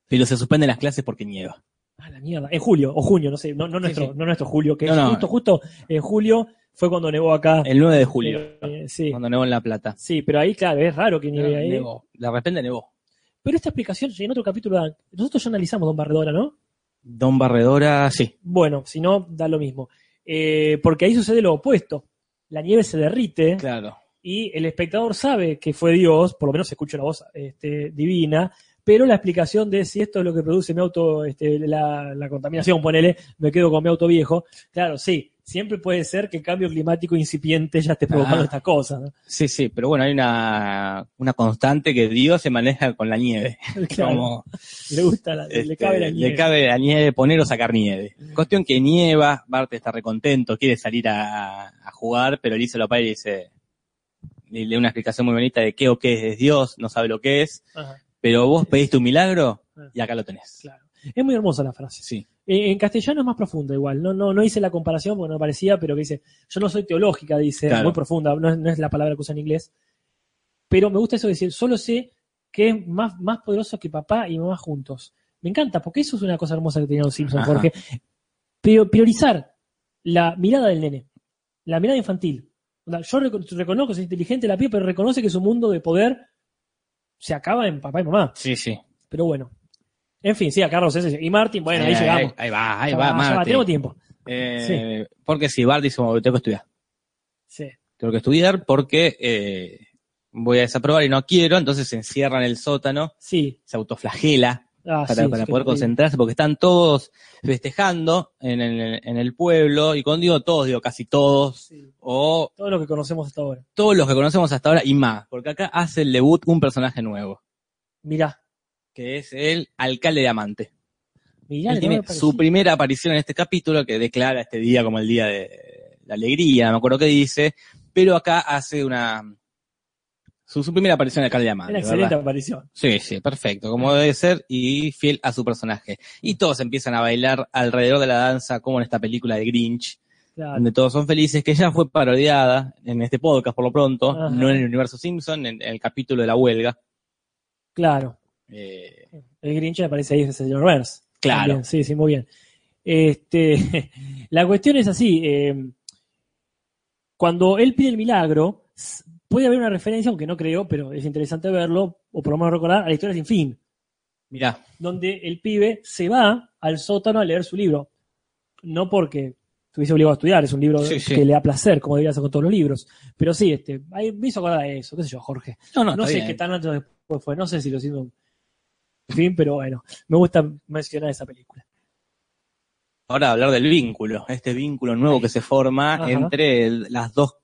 Speaker 2: Pero se suspenden las clases porque nieva.
Speaker 1: Ah, la mierda. En julio o junio, no sé, no, no nuestro,
Speaker 2: sí.
Speaker 1: no nuestro julio, que
Speaker 2: No,
Speaker 1: es
Speaker 2: no.
Speaker 1: justo, justo en julio fue cuando nevó acá.
Speaker 2: El 9 de julio,
Speaker 1: Eh, sí.
Speaker 2: cuando nevó en La Plata.
Speaker 1: Sí, pero ahí, claro, es raro que nieve ahí.
Speaker 2: Nevó. De repente nevó.
Speaker 1: Pero esta explicación en otro capítulo, la- nosotros ya analizamos Don Barredora, ¿no?
Speaker 2: Don Barredora, sí.
Speaker 1: Bueno, si no, da lo mismo. Eh, porque ahí sucede lo opuesto. La nieve se derrite
Speaker 2: Claro.
Speaker 1: y el espectador sabe que fue Dios, por lo menos se escucha una voz este, divina, pero la explicación de si esto es lo que produce mi auto, este, la, la contaminación, ponele, me quedo con mi auto viejo. Claro, sí, siempre puede ser que el cambio climático incipiente ya esté provocando
Speaker 2: Ah.
Speaker 1: estas cosas. ¿no?
Speaker 2: Sí, sí, pero bueno, hay una, una constante que Dios se maneja con la nieve.
Speaker 1: Claro,
Speaker 2: Como,
Speaker 1: le gusta, la-
Speaker 2: este,
Speaker 1: le cabe la nieve.
Speaker 2: Le cabe la nieve poner o sacar nieve. Cuestión que nieva, Bart está recontento, quiere salir a, a jugar, pero Lisa lo para y dice, y le da una explicación muy bonita de qué o qué es Dios, no sabe lo que es,
Speaker 1: Ajá,
Speaker 2: pero vos pediste un milagro
Speaker 1: Ah.
Speaker 2: y acá lo tenés.
Speaker 1: claro. Es muy hermosa la frase.
Speaker 2: Sí.
Speaker 1: Eh, En castellano es más profunda igual, no, no, no hice la comparación porque no parecía, pero que dice, yo no soy teológica, dice,
Speaker 2: Claro.
Speaker 1: muy profunda, no es, no es la palabra que usa en inglés, pero me gusta eso de decir, solo sé que es más, más poderoso que papá y mamá juntos. Me encanta, porque eso es una cosa hermosa que tenían los Simpsons,
Speaker 2: Ajá.
Speaker 1: porque prio- priorizar la mirada del nene, la mirada infantil. O sea, Yo reco- reconozco, soy inteligente la piba, pero reconoce que su mundo de poder se acaba en papá y mamá.
Speaker 2: Sí, sí.
Speaker 1: Pero bueno. En fin, sí, a Carlos ese. Y Martín, bueno, ahí
Speaker 2: Eh,
Speaker 1: llegamos.
Speaker 2: Ahí va, ahí
Speaker 1: Ya
Speaker 2: va,
Speaker 1: ya
Speaker 2: Marte.
Speaker 1: tenemos tiempo.
Speaker 2: Eh, Porque si Bart dice, "Bueno, tengo que estudiar.
Speaker 1: Sí.
Speaker 2: tengo que estudiar porque eh, voy a desaprobar y no quiero, entonces se encierra en el sótano,
Speaker 1: Sí.
Speaker 2: se autoflagela
Speaker 1: Ah,
Speaker 2: para,
Speaker 1: sí,
Speaker 2: para
Speaker 1: sí,
Speaker 2: poder
Speaker 1: que-
Speaker 2: concentrarse, porque están todos festejando en el, en el pueblo, y cuando digo todos, digo casi todos,
Speaker 1: sí.
Speaker 2: o
Speaker 1: Todo lo que conocemos hasta ahora.
Speaker 2: todos los que conocemos hasta ahora y más, porque acá hace el debut un personaje nuevo,
Speaker 1: Mirá,
Speaker 2: que es el alcalde de Amante.
Speaker 1: mirá, que
Speaker 2: Él
Speaker 1: no
Speaker 2: tiene
Speaker 1: me parecía.
Speaker 2: su primera aparición en este capítulo que declara este día como el día de la alegría, no me acuerdo qué dice, pero acá hace una... Su, su primera aparición de alcalde de Amante.
Speaker 1: Una
Speaker 2: ¿verdad?
Speaker 1: excelente aparición.
Speaker 2: Sí, sí, perfecto, como debe ser y fiel a su personaje. Y todos empiezan a bailar alrededor de la danza, como en esta película de Grinch,
Speaker 1: Claro.
Speaker 2: donde todos son felices, que ya fue parodiada en este podcast por lo pronto,
Speaker 1: Ajá.
Speaker 2: no en el universo Simpson, en, en el capítulo de la huelga.
Speaker 1: claro.
Speaker 2: Eh,
Speaker 1: El Grinch aparece ahí desde el Verse.
Speaker 2: Claro.
Speaker 1: También, Sí, sí, muy bien. Este, la cuestión es así. eh, cuando él pide el milagro, s- puede haber una referencia, aunque no creo, pero es interesante verlo, o por lo menos recordar, a la historia sin fin.
Speaker 2: mirá,
Speaker 1: donde el pibe se va al sótano a leer su libro. No porque estuviese obligado a estudiar, es un libro
Speaker 2: Sí, sí.
Speaker 1: que le da placer, como debería hacer con todos los libros. Pero sí, este, ahí me hizo acordar de eso, qué sé yo, Jorge.
Speaker 2: no, no, eh.
Speaker 1: No, sé qué tan antes o después fue, no sé si lo hizo en fin, pero bueno, me gusta mencionar esa película.
Speaker 2: Ahora hablar del vínculo, este vínculo nuevo que se forma
Speaker 1: Ajá.
Speaker 2: entre el- las dos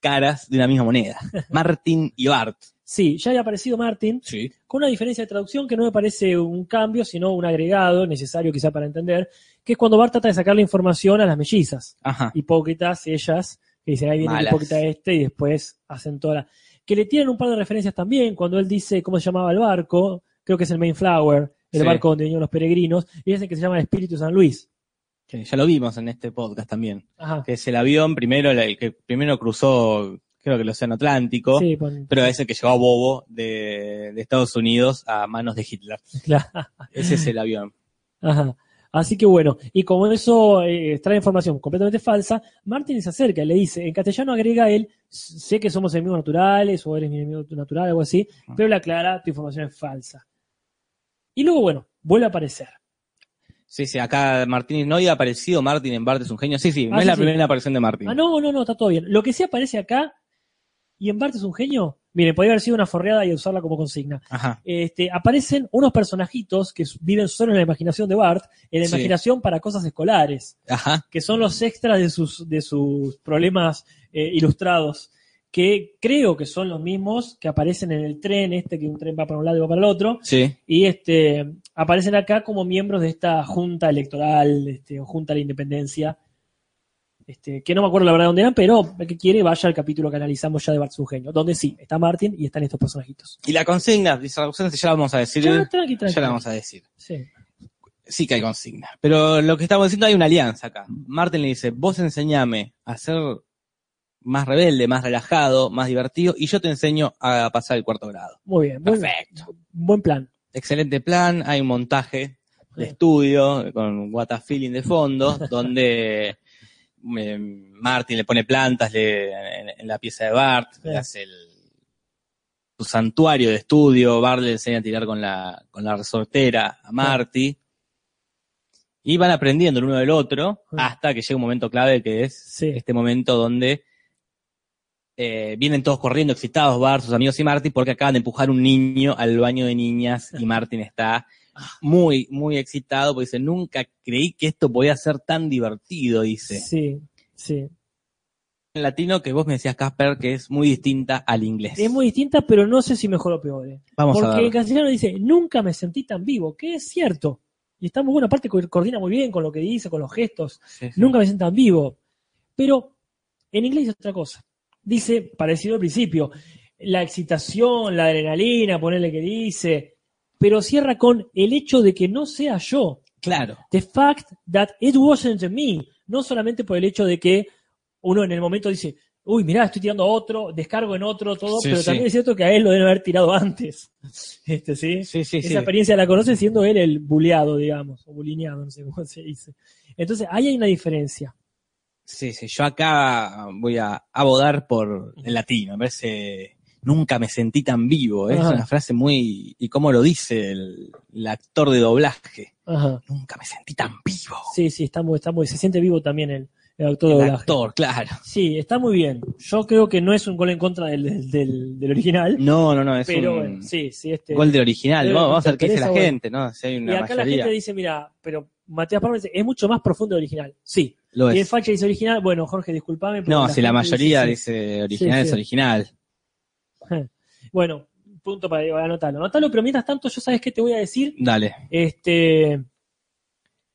Speaker 2: caras de una misma moneda, Martin y Bart.
Speaker 1: Sí, ya había aparecido Martin,
Speaker 2: Sí.
Speaker 1: con una diferencia de traducción que no me parece un cambio, sino un agregado necesario quizá para entender, que es cuando Bart trata de sacar la información a las mellizas.
Speaker 2: Ajá.
Speaker 1: hipócritas ellas, que dicen, ahí viene el
Speaker 2: Malas.
Speaker 1: hipócrita este, y después hacen toda la... Que le tiran un par de referencias también, cuando él dice cómo se llamaba el barco, creo que es el Mayflower, el
Speaker 2: Sí.
Speaker 1: barco donde venían los peregrinos, y dicen que se llama el Espíritu San Luis.
Speaker 2: Que ya lo vimos en este podcast también.
Speaker 1: Ajá.
Speaker 2: que es el avión primero, el que primero cruzó, creo que el Océano Atlántico,
Speaker 1: Sí, pon-
Speaker 2: pero es el que llegó a Bobo de, de Estados Unidos a manos de Hitler.
Speaker 1: claro.
Speaker 2: Ese es el avión.
Speaker 1: Ajá. Así que bueno, y como eso eh, trae información completamente falsa, Martin se acerca y le dice, en castellano agrega él, sé que somos enemigos naturales o eres mi enemigo natural, algo así,
Speaker 2: Ah.
Speaker 1: pero le aclara, tu información es falsa. Y luego, bueno, vuelve a aparecer.
Speaker 2: Sí, sí, acá Martín no había aparecido Martín en Bart es un genio. Sí, sí, no
Speaker 1: Ah,
Speaker 2: es
Speaker 1: sí,
Speaker 2: la
Speaker 1: sí.
Speaker 2: primera aparición de Martín.
Speaker 1: Ah, no, no, no, está todo bien. Lo que sí aparece acá, y en parte es un genio, mire, podría haber sido una forreada y usarla como consigna.
Speaker 2: Ajá.
Speaker 1: Este, aparecen unos personajitos que s- viven solo en la imaginación de Bart, en la
Speaker 2: Sí.
Speaker 1: imaginación para cosas escolares,
Speaker 2: Ajá.
Speaker 1: que son los extras de sus, de sus problemas eh, ilustrados, que creo que son los mismos que aparecen en el tren, este que un tren va para un lado y va para el otro,
Speaker 2: Sí.
Speaker 1: y este, aparecen acá como miembros de esta junta electoral, este, o junta de la independencia, Este, que no me acuerdo la verdad dónde eran, pero el que quiere vaya al capítulo que analizamos ya de Bart su genio, donde sí, está Martin y están estos personajitos.
Speaker 2: Y la consigna, esa consigna ya la vamos a decir.
Speaker 1: Ya, tranqui,
Speaker 2: Ya
Speaker 1: tranqui.
Speaker 2: la vamos a decir.
Speaker 1: Sí.
Speaker 2: Sí que hay consigna. Pero lo que estamos diciendo, hay una alianza acá. Martin le dice, vos enseñame a ser más rebelde, más relajado, más divertido, y yo te enseño a pasar el cuarto grado.
Speaker 1: Muy bien, buen,
Speaker 2: Perfecto.
Speaker 1: buen plan.
Speaker 2: Excelente plan, hay un montaje de estudio con What a Feeling de fondo, donde eh, Martin le pone plantas le- en, en la pieza de Bart, le
Speaker 1: Sí.
Speaker 2: hace el, su santuario de estudio, Bart le enseña a tirar con la, con la resortera a Marty, y van aprendiendo el uno del otro
Speaker 1: Sí.
Speaker 2: hasta que llega un momento clave que es
Speaker 1: Sí.
Speaker 2: este momento donde eh, vienen todos corriendo excitados, Bart, sus amigos y Marty, porque acaban de empujar un niño al baño de niñas y Martin está muy, muy excitado porque dice, nunca creí que esto podía ser tan divertido, dice.
Speaker 1: Sí, sí.
Speaker 2: En latino que vos me decías, Casper, que es muy distinta al inglés.
Speaker 1: Es muy distinta, pero no sé si mejor o peor. eh.
Speaker 2: Vamos a
Speaker 1: Porque el
Speaker 2: ver.
Speaker 1: castellano dice, nunca me sentí tan vivo, que es cierto. Y está muy bueno, aparte co- coordina muy bien con lo que dice, con los gestos.
Speaker 2: Sí, sí.
Speaker 1: Nunca me sientan vivo. Pero en inglés es otra cosa. Dice, parecido al principio, la excitación, la adrenalina, ponerle que dice, pero cierra con el hecho de que no sea yo.
Speaker 2: Claro.
Speaker 1: The fact that it wasn't me. No solamente por el hecho de que uno en el momento dice, uy, mirá, estoy tirando a otro, descargo en otro, todo,
Speaker 2: Sí,
Speaker 1: pero
Speaker 2: sí.
Speaker 1: también es cierto que a él lo deben haber tirado antes. Este, ¿sí?
Speaker 2: Sí, sí,
Speaker 1: Esa
Speaker 2: sí.
Speaker 1: experiencia la conoce siendo él el buleado, digamos, o bulineado, no sé cómo se dice. Entonces, ahí hay una diferencia.
Speaker 2: Sí, sí. Yo acá voy a abodar por el latino. Me parece, nunca me sentí tan vivo. ¿eh? Es
Speaker 1: Ajá.
Speaker 2: una frase muy... ¿Y cómo lo dice el, el actor de doblaje?
Speaker 1: Ajá.
Speaker 2: Nunca me sentí tan vivo.
Speaker 1: Sí, sí, está muy, está muy, se siente vivo también el, el actor de
Speaker 2: El
Speaker 1: doblaje.
Speaker 2: actor, claro.
Speaker 1: Sí, está muy bien. Yo creo que no es un gol en contra del, del, del- del original,
Speaker 2: No, no, no. Es
Speaker 1: pero
Speaker 2: un
Speaker 1: bueno, sí, sí, este.
Speaker 2: gol del original.
Speaker 1: Pero
Speaker 2: Vamos, vamos a ver qué dice
Speaker 1: interesa,
Speaker 2: la
Speaker 1: bueno.
Speaker 2: gente, ¿no? Si hay
Speaker 1: y
Speaker 2: una
Speaker 1: acá la
Speaker 2: mayoría.
Speaker 1: gente dice, mira, pero Matías Palma dice, es mucho más profundo del original. Sí.
Speaker 2: Lo
Speaker 1: Y el
Speaker 2: es.
Speaker 1: facha dice original, bueno, Jorge, discúlpame. pero
Speaker 2: Pues No, si la
Speaker 1: gente
Speaker 2: mayoría
Speaker 1: sí.
Speaker 2: dice original,
Speaker 1: Sí,
Speaker 2: es
Speaker 1: sí.
Speaker 2: original.
Speaker 1: Bueno, punto para anotarlo. Anotarlo, pero mientras tanto, yo sabes qué te voy a decir.
Speaker 2: Dale.
Speaker 1: este,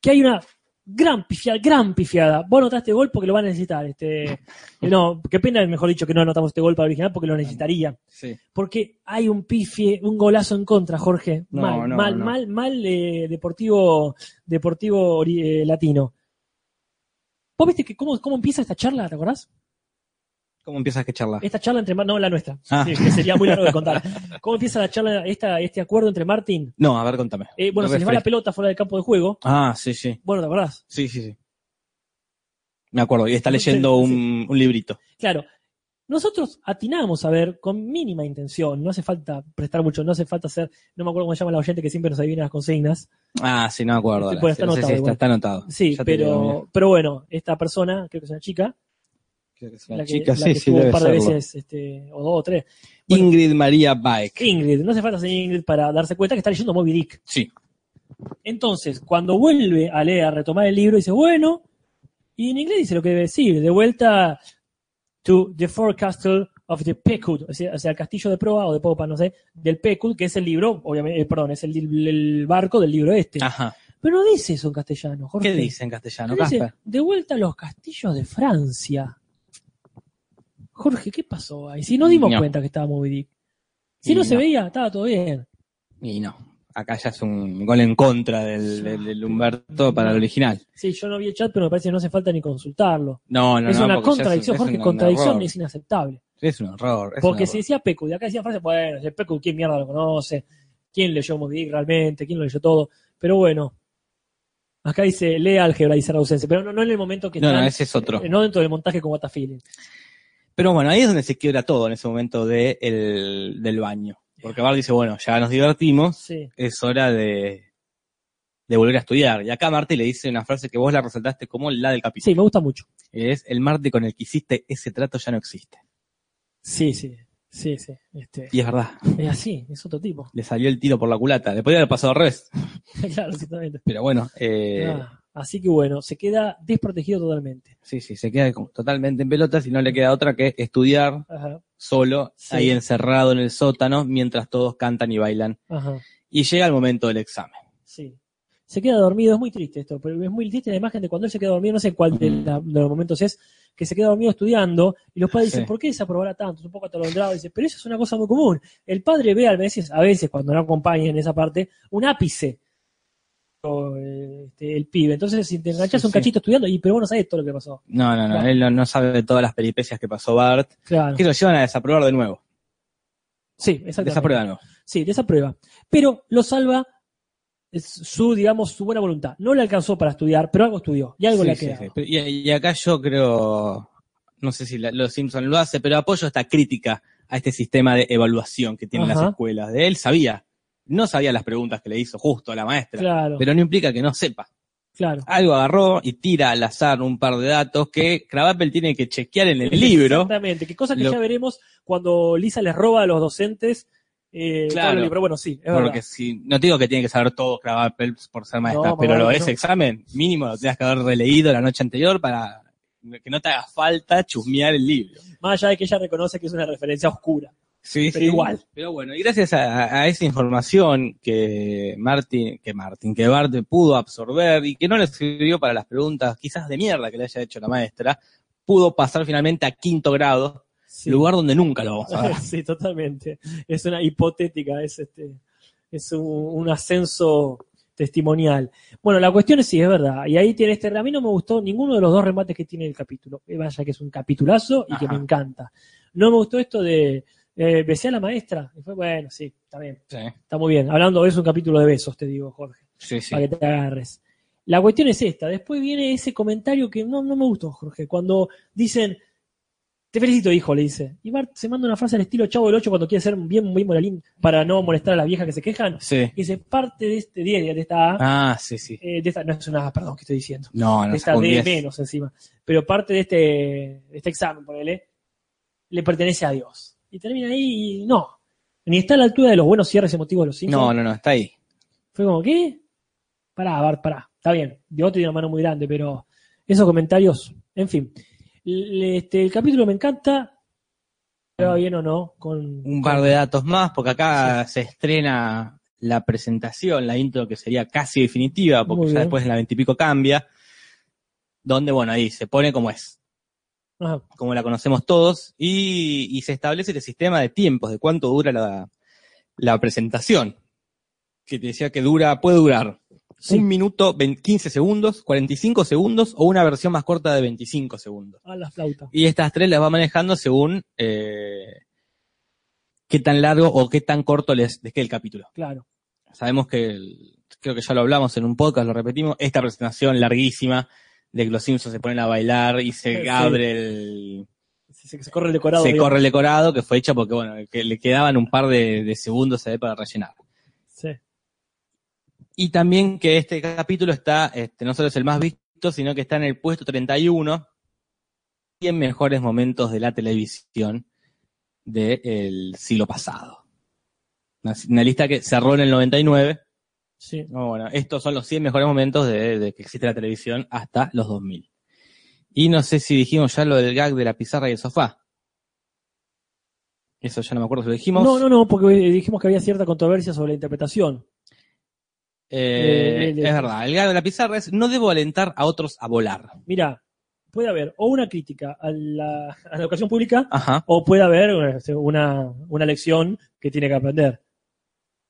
Speaker 1: que hay una gran pifiada, gran pifiada. Vos anotaste gol porque lo van a necesitar. Este, no, qué pena, mejor dicho, que no anotamos este gol para el original porque lo necesitaría.
Speaker 2: Sí.
Speaker 1: Porque hay un pifie, un golazo en contra, Jorge.
Speaker 2: No,
Speaker 1: mal,
Speaker 2: no,
Speaker 1: mal,
Speaker 2: no.
Speaker 1: mal, mal, eh, deportivo, deportivo ori- eh, latino. ¿Vos viste que cómo, cómo empieza esta charla, te acordás?
Speaker 2: ¿Cómo empiezas que charla?
Speaker 1: Esta charla entre Mar- no la nuestra,
Speaker 2: Ah.
Speaker 1: sí, que sería muy largo de contar. ¿Cómo empieza la charla, esta, este acuerdo entre Martín?
Speaker 2: No, a ver, contame.
Speaker 1: Eh, bueno, se les va la
Speaker 2: Refresca.
Speaker 1: pelota fuera del campo de juego.
Speaker 2: Ah, sí, sí.
Speaker 1: Bueno, ¿te acordás?
Speaker 2: Sí, sí, sí. Me acuerdo, y está leyendo
Speaker 1: Sí, sí.
Speaker 2: un, un librito.
Speaker 1: Claro, nosotros atinamos a ver con mínima intención, no hace falta prestar mucho, no hace falta ser, no me acuerdo cómo se llama la oyente que siempre nos adivina las consignas.
Speaker 2: Ah, sí, no me acuerdo.
Speaker 1: Este,
Speaker 2: ahora.
Speaker 1: bueno, está
Speaker 2: No sé si
Speaker 1: anotado
Speaker 2: está,
Speaker 1: igual.
Speaker 2: está anotado.
Speaker 1: Sí,
Speaker 2: Ya te digo, mira.
Speaker 1: pero, pero bueno, esta persona, creo que es una chica,
Speaker 2: Creo que es
Speaker 1: la,
Speaker 2: una
Speaker 1: que,
Speaker 2: chica,
Speaker 1: la
Speaker 2: sí,
Speaker 1: que
Speaker 2: sí,
Speaker 1: estuvo un
Speaker 2: debe
Speaker 1: par de
Speaker 2: serlo.
Speaker 1: veces, este, o dos o tres. bueno.
Speaker 2: Ingrid María Bike.
Speaker 1: Ingrid, no hace falta ser Ingrid para darse cuenta que está leyendo Moby Dick.
Speaker 2: Sí.
Speaker 1: Entonces, cuando vuelve a leer, a retomar el libro, dice, bueno, y en inglés dice lo que debe decir, de vuelta to the forecastle of the Pecud, o sea, o sea, el castillo de proa o de popa, no sé, del Pecud, que es el libro, obviamente, eh, perdón, es el, li- el barco del libro este.
Speaker 2: Ajá.
Speaker 1: Pero no dice eso en castellano, Jorge.
Speaker 2: Ah. ¿Qué dice en castellano,
Speaker 1: Pero dice,
Speaker 2: Casper?
Speaker 1: de vuelta a los castillos de Francia. Jorge, ¿qué pasó ahí? Si no dimos
Speaker 2: No.
Speaker 1: cuenta que estaba Moby Dick. Si
Speaker 2: Y
Speaker 1: no, se
Speaker 2: no.
Speaker 1: veía, estaba todo bien.
Speaker 2: Y no. Acá ya es un gol en contra del, del- del Humberto para el original.
Speaker 1: Sí, yo no vi el chat, pero me parece que no hace falta ni consultarlo.
Speaker 2: No, no,
Speaker 1: es
Speaker 2: no.
Speaker 1: una
Speaker 2: porque ya
Speaker 1: contradicción,
Speaker 2: es un-
Speaker 1: Jorge,
Speaker 2: es un
Speaker 1: contradicción
Speaker 2: error.
Speaker 1: es inaceptable.
Speaker 2: Es un error. es un
Speaker 1: Porque
Speaker 2: error.
Speaker 1: si decía Pecu, de acá decía frase, bueno, el Pecu, ¿quién mierda lo conoce? ¿Quién leyó Moby Dick realmente? ¿Quién lo leyó todo? Pero bueno, acá dice, lee álgebra, dice Rausense, pero no, no en el momento que
Speaker 2: No, no,
Speaker 1: están,
Speaker 2: ese es otro.
Speaker 1: eh, no dentro del montaje con Watafilin.
Speaker 2: Pero bueno, ahí es donde se quiebra todo en ese momento de el- del baño. Porque Bart dice, bueno, ya nos divertimos,
Speaker 1: Sí,
Speaker 2: es hora de, de volver a estudiar. Y acá Marte le dice una frase que vos la resaltaste como la del capítulo.
Speaker 1: sí, me gusta mucho.
Speaker 2: Es, el Marte con el que hiciste ese trato ya no existe.
Speaker 1: Sí, sí, sí, sí. Este,
Speaker 2: Y es verdad,
Speaker 1: es así, es otro tipo.
Speaker 2: le salió el tiro por la culata. Le podría haber pasado al revés.
Speaker 1: claro, exactamente.
Speaker 2: Pero bueno, eh,
Speaker 1: Ah, así que bueno, se queda desprotegido totalmente.
Speaker 2: sí, sí, se queda como totalmente en pelotas y no le queda otra que estudiar
Speaker 1: Ajá,
Speaker 2: solo,
Speaker 1: Sí.
Speaker 2: ahí encerrado en el sótano, mientras todos cantan y bailan.
Speaker 1: ajá,
Speaker 2: Y llega el momento del examen.
Speaker 1: sí. se queda dormido, es muy triste esto, pero es muy triste la imagen de cuando él se queda dormido, no sé cuál de, la- de los momentos es, que se queda dormido estudiando y los padres
Speaker 2: Sí.
Speaker 1: dicen, ¿por qué desaprobará tanto? Es un poco atolondrado, dice, pero eso es una cosa muy común. El padre ve a veces, a veces cuando no acompaña en esa parte, un ápice. o, eh, este, el pibe, entonces si te enganchas
Speaker 2: Sí,
Speaker 1: un
Speaker 2: sí.
Speaker 1: cachito estudiando, y pero vos no sabés todo lo que pasó.
Speaker 2: No, no, no,
Speaker 1: Claro.
Speaker 2: él no, no sabe de todas las peripecias que pasó Bart,
Speaker 1: Claro.
Speaker 2: que lo llevan a desaprobar de nuevo.
Speaker 1: Sí, exactamente.
Speaker 2: Desaprueba de nuevo.
Speaker 1: Sí, de esa prueba. Pero lo salva es su, digamos, su buena voluntad. No le alcanzó para estudiar, pero algo estudió y algo
Speaker 2: Sí,
Speaker 1: le
Speaker 2: sí,
Speaker 1: queda.
Speaker 2: sí. Pero- Y, y acá yo creo, no sé si la- los Simpson lo hace, pero apoyo esta crítica a este sistema de evaluación que tienen
Speaker 1: Ajá.
Speaker 2: las escuelas. De él sabía, no sabía las preguntas que le hizo justo a la maestra,
Speaker 1: Claro,
Speaker 2: pero no implica que no sepa.
Speaker 1: claro.
Speaker 2: Algo agarró y tira al azar un par de datos que Crabapple tiene que chequear en el libro.
Speaker 1: Exactamente, que cosa que
Speaker 2: Lo-
Speaker 1: ya veremos cuando Lisa les roba a los docentes. Eh,
Speaker 2: Claro.
Speaker 1: claro. Pero bueno, sí, es
Speaker 2: Porque
Speaker 1: verdad.
Speaker 2: si, no te digo que tiene que saber todo Crabapple por ser maestra,
Speaker 1: No,
Speaker 2: pero
Speaker 1: mamá,
Speaker 2: lo-
Speaker 1: no.
Speaker 2: ese examen mínimo lo tenías que haber releído la noche anterior para que no te haga falta chusmear el libro.
Speaker 1: Más allá de que ella reconoce que es una referencia oscura.
Speaker 2: Sí,
Speaker 1: Pero
Speaker 2: sí.
Speaker 1: igual.
Speaker 2: Pero bueno, y gracias a, a esa información que Martin, que Martin, que Bart pudo absorber y que no le sirvió para las preguntas quizás de mierda que le haya hecho la maestra, pudo pasar finalmente a quinto grado,
Speaker 1: Sí.
Speaker 2: lugar Ah. donde nunca lo vamos a ver.
Speaker 1: sí, totalmente. Es una hipotética, es este, es un, un ascenso testimonial. Bueno, la cuestión es sí, es verdad. Y ahí tiene este. A mí no me gustó ninguno de los dos remates que tiene el capítulo. Eh, Vaya que es un capitulazo y que
Speaker 2: Ajá.
Speaker 1: me encanta. No me gustó esto de eh, besé a la maestra. Y fue, bueno, sí, está bien,
Speaker 2: Sí,
Speaker 1: está muy bien. Hablando, es un capítulo de besos, te digo, Jorge,
Speaker 2: sí, sí.
Speaker 1: para que te agarres. La cuestión es esta. Después viene ese comentario que no, no me gustó, Jorge. Cuando dicen, te felicito, hijo, le dice. Y Bart se manda una frase al estilo Chavo del 8 cuando quiere ser bien, bien moralín para no molestar a las viejas que se quejan.
Speaker 2: Sí.
Speaker 1: Y dice, parte de este 10, de esta A,
Speaker 2: Ah, sí, sí.
Speaker 1: eh, de esta, no es una A, perdón, que estoy diciendo.
Speaker 2: No, no
Speaker 1: de esta
Speaker 2: sacó un
Speaker 1: D
Speaker 2: 10.
Speaker 1: menos encima. Pero parte de este, de este examen, ponele, le pertenece a Dios. Y termina ahí y no. Ni está a la altura de los buenos cierres emotivos de los Simpsons.
Speaker 2: No, no, no, está ahí.
Speaker 1: Fue como, ¿qué? Pará, Bart, pará. Está bien, Diego tiene una mano muy grande, pero esos comentarios, en fin. Le- este, el capítulo me encanta, pero bien o no, con...
Speaker 2: Un par de datos más, porque acá se estrena la presentación, la intro que sería casi definitiva, porque
Speaker 1: Muy
Speaker 2: ya
Speaker 1: bien.
Speaker 2: después en la veintipico cambia, donde, bueno, ahí se pone como es.
Speaker 1: Ajá,
Speaker 2: como la conocemos todos, y, y se establece el sistema de tiempos, de cuánto dura la, la presentación. Que te decía que dura, puede durar
Speaker 1: sí.
Speaker 2: un minuto, vein- 15 segundos, 45 segundos o una versión más corta de 25 segundos.
Speaker 1: A la flauta.
Speaker 2: Y estas tres las va manejando según eh, qué tan largo o qué tan corto les, les quede el capítulo.
Speaker 1: Claro.
Speaker 2: Sabemos que, el- creo que ya lo hablamos en un podcast, lo repetimos, esta presentación larguísima de que los Simpsons se ponen a bailar y
Speaker 1: Sí, sí.
Speaker 2: se abre el,
Speaker 1: Se, se- se corre el decorado.
Speaker 2: se
Speaker 1: digamos.
Speaker 2: corre el decorado que fue hecho porque bueno que le quedaban un par de, de segundos ahí para rellenar
Speaker 1: Sí.
Speaker 2: y también que este capítulo está este, no solo es el más visto sino que está en el puesto 31 y en mejores momentos de la televisión del siglo pasado una, una lista que cerró en el 99
Speaker 1: sí.
Speaker 2: No, bueno, estos son los 100 mejores momentos de, de que existe la televisión hasta los 2000 y no sé si dijimos ya lo del gag de la pizarra y el sofá eso ya no me acuerdo si lo dijimos.
Speaker 1: No, no, no, porque eh, dijimos que había cierta controversia sobre la interpretación.
Speaker 2: Eh,
Speaker 1: Eh, le- le-
Speaker 2: es verdad, el gag de la pizarra es no debo alentar a otros a volar.
Speaker 1: Mira, puede haber o una crítica a la, a la educación pública
Speaker 2: Ajá.
Speaker 1: o puede haber eh, una, una lección que tiene que aprender.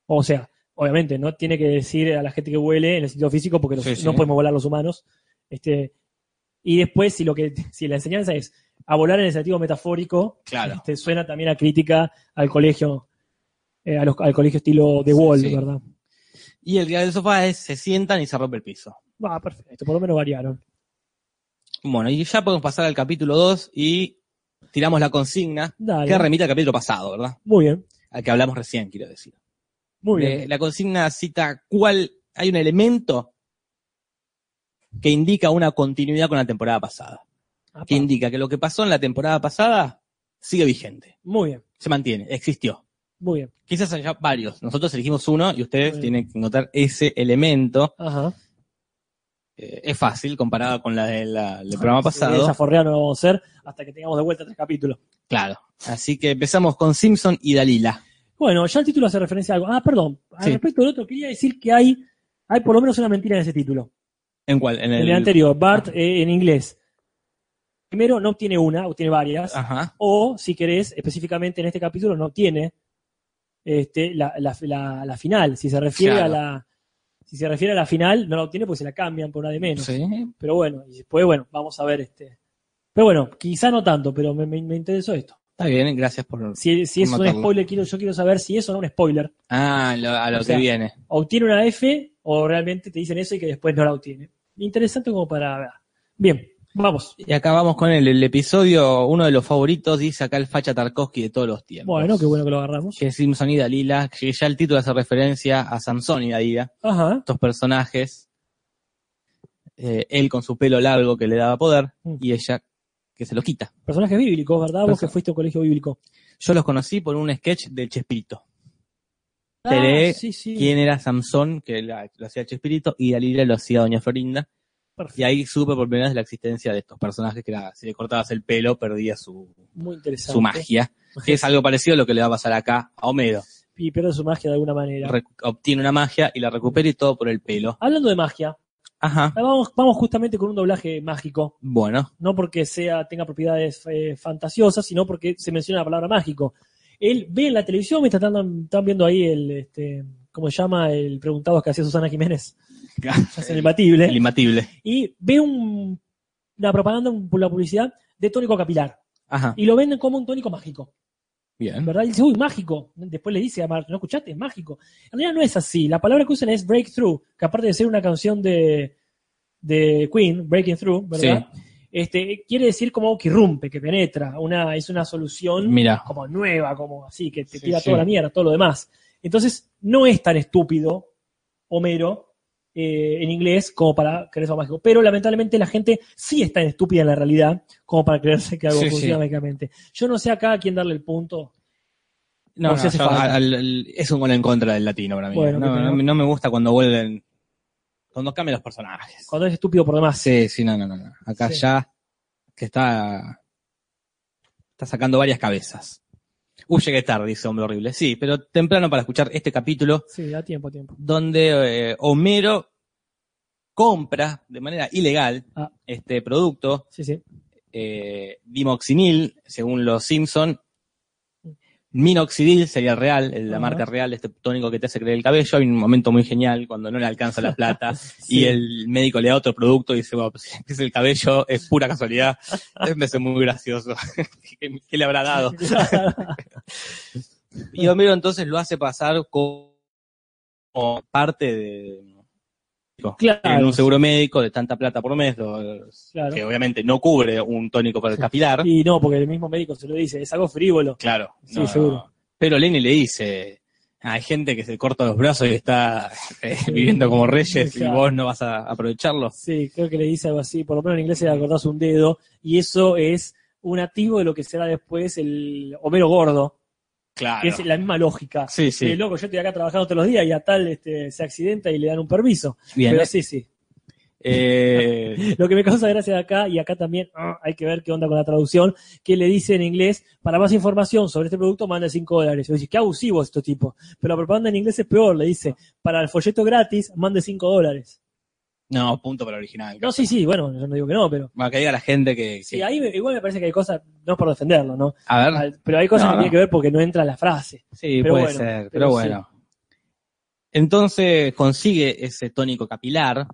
Speaker 1: O sea, obviamente, no tiene que decir a la gente que huele en el sentido físico porque los-
Speaker 2: Sí, sí.
Speaker 1: no podemos volar los humanos. Este, y después, si, lo que, si la enseñanza es a volar en el sentido metafórico,
Speaker 2: Claro.
Speaker 1: este, suena también a crítica al colegio, eh, a los- al colegio estilo de
Speaker 2: Sí,
Speaker 1: Wall,
Speaker 2: sí.
Speaker 1: ¿verdad?
Speaker 2: Y el gag del sofá es se sientan y se rompe el piso.
Speaker 1: Va, Ah, perfecto, por lo menos variaron.
Speaker 2: Bueno, y ya podemos pasar al capítulo 2 y tiramos la consigna
Speaker 1: Dale.
Speaker 2: que remite al capítulo pasado, ¿verdad?
Speaker 1: Muy bien,
Speaker 2: Al que hablamos recién, quiero decir.
Speaker 1: muy
Speaker 2: Eh,
Speaker 1: bien.
Speaker 2: la consigna cita cuál hay un elemento que indica una continuidad con la temporada pasada.
Speaker 1: Apa,
Speaker 2: Que indica que lo que pasó en la temporada pasada sigue vigente,
Speaker 1: Muy bien,
Speaker 2: se mantiene, existió.
Speaker 1: muy bien.
Speaker 2: Quizás haya varios. Nosotros elegimos uno y ustedes
Speaker 1: Bueno.
Speaker 2: tienen que notar ese elemento.
Speaker 1: Ajá.
Speaker 2: Eh, es fácil comparado con la del la- del programa
Speaker 1: Ah, Sí,
Speaker 2: pasado.
Speaker 1: esa forrea no la vamos a hacer hasta que tengamos de vuelta tres capítulos.
Speaker 2: claro. Así que empezamos con Simpson y Dalila.
Speaker 1: Bueno, ya el título hace referencia a algo. Ah, perdón. Al
Speaker 2: Sí.
Speaker 1: respecto del otro, quería decir que hay Hay por lo menos una mentira en ese título.
Speaker 2: ¿En cuál? En
Speaker 1: En
Speaker 2: el,
Speaker 1: el anterior, Bart eh, en inglés. Primero no obtiene una, obtiene varias.
Speaker 2: Ajá.
Speaker 1: O, si querés, específicamente en este capítulo no obtiene este, la, la- la- la final. Si se refiere
Speaker 2: Claro.
Speaker 1: a la. Si se refiere a la final, no la obtiene porque se la cambian por una de menos.
Speaker 2: Sí.
Speaker 1: Pero bueno, y después, bueno, vamos a ver este. Pero bueno, quizá no tanto, pero me, me- me interesó esto.
Speaker 2: Está bien, gracias por.
Speaker 1: Si, si es un
Speaker 2: Matarlo.
Speaker 1: spoiler, quiero, yo quiero saber si eso no es un spoiler.
Speaker 2: Ah, lo- a lo
Speaker 1: O
Speaker 2: que
Speaker 1: sea,
Speaker 2: viene.
Speaker 1: obtiene una F o realmente te dicen eso y que después no la obtiene. Interesante como para ver. Bien, vamos.
Speaker 2: Y acá vamos con el, el episodio, uno de los favoritos, dice acá el facha Tarkovsky de todos los tiempos.
Speaker 1: Bueno, qué bueno que lo agarramos.
Speaker 2: Que es Simpson y Dalila, que ya el título hace referencia a Sansón y Dalila,
Speaker 1: Ajá.
Speaker 2: estos personajes. Eh, él con su pelo largo que le daba poder
Speaker 1: Mm.
Speaker 2: y ella que se lo quita.
Speaker 1: Personajes bíblicos, ¿verdad? Vos que
Speaker 2: Person-
Speaker 1: fuiste a un colegio bíblico.
Speaker 2: Yo los conocí por un sketch del Chespirito. Teré,
Speaker 1: Ah, sí, sí.
Speaker 2: ¿Quién era Sansón? Que la- lo hacía Chespirito y Dalila lo hacía Doña Florinda.
Speaker 1: Perfecto.
Speaker 2: Y ahí supe por primera vez la existencia de estos personajes que era, si le cortabas el pelo perdía su,
Speaker 1: Muy interesante.
Speaker 2: su magia. Que es algo parecido a lo que le va a pasar acá a Homero.
Speaker 1: Y pierde su magia de alguna manera.
Speaker 2: Re- obtiene una magia y la recupera y todo por el pelo.
Speaker 1: Hablando de magia,
Speaker 2: Ajá.
Speaker 1: vamos, vamos justamente con un doblaje mágico.
Speaker 2: Bueno,
Speaker 1: No porque sea, tenga propiedades eh, fantasiosas, sino porque se menciona la palabra mágico. Él ve en la televisión, mientras están, están viendo ahí el, este, ¿cómo se llama? El preguntado que hacía Susana Jiménez. Es el imbatible.
Speaker 2: el imbatible.
Speaker 1: y ve un- una propaganda, un- una publicidad de tónico capilar.
Speaker 2: Ajá.
Speaker 1: Y lo venden como un tónico mágico,
Speaker 2: Bien.
Speaker 1: ¿verdad? Y dice, uy, mágico. Después le dice a Mark, ¿no escuchaste? Es mágico. En realidad no es así. La palabra que usan es breakthrough, que aparte de ser una canción de, de Queen, Breaking Through, ¿verdad? Este, quiere decir como que irrumpe, que penetra. Una, es una solución
Speaker 2: Mira.
Speaker 1: como nueva, como así, que te
Speaker 2: Sí,
Speaker 1: tira
Speaker 2: sí.
Speaker 1: toda la mierda, todo lo demás. Entonces, no es tan estúpido Homero eh, en inglés como para creerse algo mágico. Pero lamentablemente la gente sí es tan estúpida en la realidad como para creerse que algo
Speaker 2: Sí, sí.
Speaker 1: funciona mágicamente. Yo no sé acá a quién darle el punto.
Speaker 2: No,
Speaker 1: O sea,
Speaker 2: no,
Speaker 1: hace
Speaker 2: yo-
Speaker 1: falta.
Speaker 2: al- al- es un gol en contra del latino para mí.
Speaker 1: Bueno,
Speaker 2: no,
Speaker 1: qué
Speaker 2: no-
Speaker 1: pena.
Speaker 2: no me gusta cuando vuelven. Cuando cambian los personajes.
Speaker 1: Cuando es estúpido por demás.
Speaker 2: Sí, sí, no, no, no. no. Acá
Speaker 1: Sí.
Speaker 2: ya. Que está. Está sacando varias cabezas. Uy, llegué tarde, dice hombre horrible. Sí, pero temprano para escuchar este capítulo
Speaker 1: Sí, da tiempo, tiempo.
Speaker 2: donde eh, Homero compra de manera ilegal
Speaker 1: Ah.
Speaker 2: este producto,
Speaker 1: Sí, sí.
Speaker 2: eh, dimoxinil, según los Simpson. Minoxidil sería el real, el- la
Speaker 1: Ajá.
Speaker 2: marca real, este tónico que te hace creer el cabello. Hay un momento muy genial cuando no le alcanza la plata
Speaker 1: Sí.
Speaker 2: y el médico le da otro producto y dice, bueno, pues, si es el cabello, es pura casualidad. Me hace muy gracioso. ¿Qué, qué le habrá dado? Y Homero entonces lo hace pasar co- como parte de
Speaker 1: Claro.
Speaker 2: en un seguro médico de tanta plata por mes, lo-
Speaker 1: Claro.
Speaker 2: que obviamente no cubre un tónico para el capilar.
Speaker 1: Y no, porque el mismo médico se lo dice, es algo frívolo.
Speaker 2: Claro,
Speaker 1: Sí, seguro.
Speaker 2: Pero Lenny le dice, hay gente que se corta los brazos y está eh, viviendo como reyes
Speaker 1: Claro.
Speaker 2: y vos no vas a aprovecharlo.
Speaker 1: Sí, creo que le dice algo así, por lo menos en inglés se le cortás un dedo, y eso es un activo de lo que será después el Homero Gordo, que
Speaker 2: Claro.
Speaker 1: es la misma lógica.
Speaker 2: Sí, sí.
Speaker 1: Eh, loco, yo estoy acá trabajando todos los días y a tal este, se accidenta y le dan un permiso.
Speaker 2: Bien.
Speaker 1: Pero sí, sí.
Speaker 2: Eh,
Speaker 1: Lo que me causa gracia de acá, y acá también ah, hay que ver qué onda con la traducción, que le dice en inglés, para más información sobre este producto, manda 5 dólares. Y vos decís, qué abusivo este tipo. Pero la propaganda en inglés es peor, le dice, para el folleto gratis, mande 5 dólares.
Speaker 2: no, punto para el original.
Speaker 1: No, sí, sí, bueno, yo no digo que no, pero...
Speaker 2: Bueno, que diga la gente que... que-
Speaker 1: Sí, ahí me- igual me parece que hay cosas, no es por defenderlo, ¿no?
Speaker 2: a ver,
Speaker 1: Al- Pero hay cosas
Speaker 2: Ah. No,
Speaker 1: que
Speaker 2: no.
Speaker 1: tienen que ver porque no entra la frase.
Speaker 2: Sí,
Speaker 1: Pero
Speaker 2: puede
Speaker 1: bueno,
Speaker 2: ser,
Speaker 1: pero
Speaker 2: pero, bueno. Entonces consigue ese tónico capilar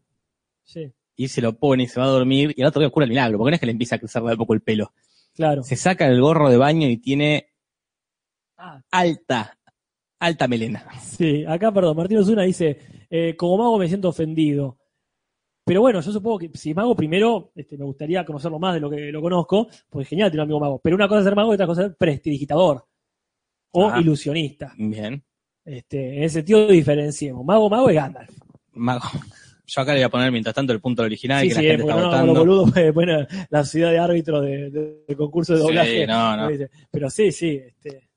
Speaker 1: Sí,
Speaker 2: y se lo pone y se va a dormir y al otro día ocurre el milagro, porque no es que le empieza a crecer de a poco el pelo.
Speaker 1: claro.
Speaker 2: Se saca el gorro de baño y tiene
Speaker 1: Ah,
Speaker 2: alta, alta melena.
Speaker 1: sí, acá, perdón, Martín Osuna dice, eh, como mago me siento ofendido. Pero bueno, yo supongo que si mago primero, este, me gustaría conocerlo más de lo que lo conozco, porque es genial tener un amigo mago. Pero una cosa es ser mago y otra cosa es ser prestidigitador o
Speaker 2: Ah.
Speaker 1: ilusionista.
Speaker 2: Bien.
Speaker 1: Este, en ese sentido diferenciemos. Mago, mago es Gandalf.
Speaker 2: Mago. Yo acá le voy a poner mientras tanto el punto del original
Speaker 1: sí,
Speaker 2: que
Speaker 1: sí,
Speaker 2: la
Speaker 1: eh,
Speaker 2: gente
Speaker 1: porque
Speaker 2: está
Speaker 1: no,
Speaker 2: votando.
Speaker 1: los boludos, eh, bueno, la ciudad de árbitros de, de- del concurso de
Speaker 2: Sí,
Speaker 1: doblaje.
Speaker 2: no, no.
Speaker 1: Dice, Pero sí, sí, este,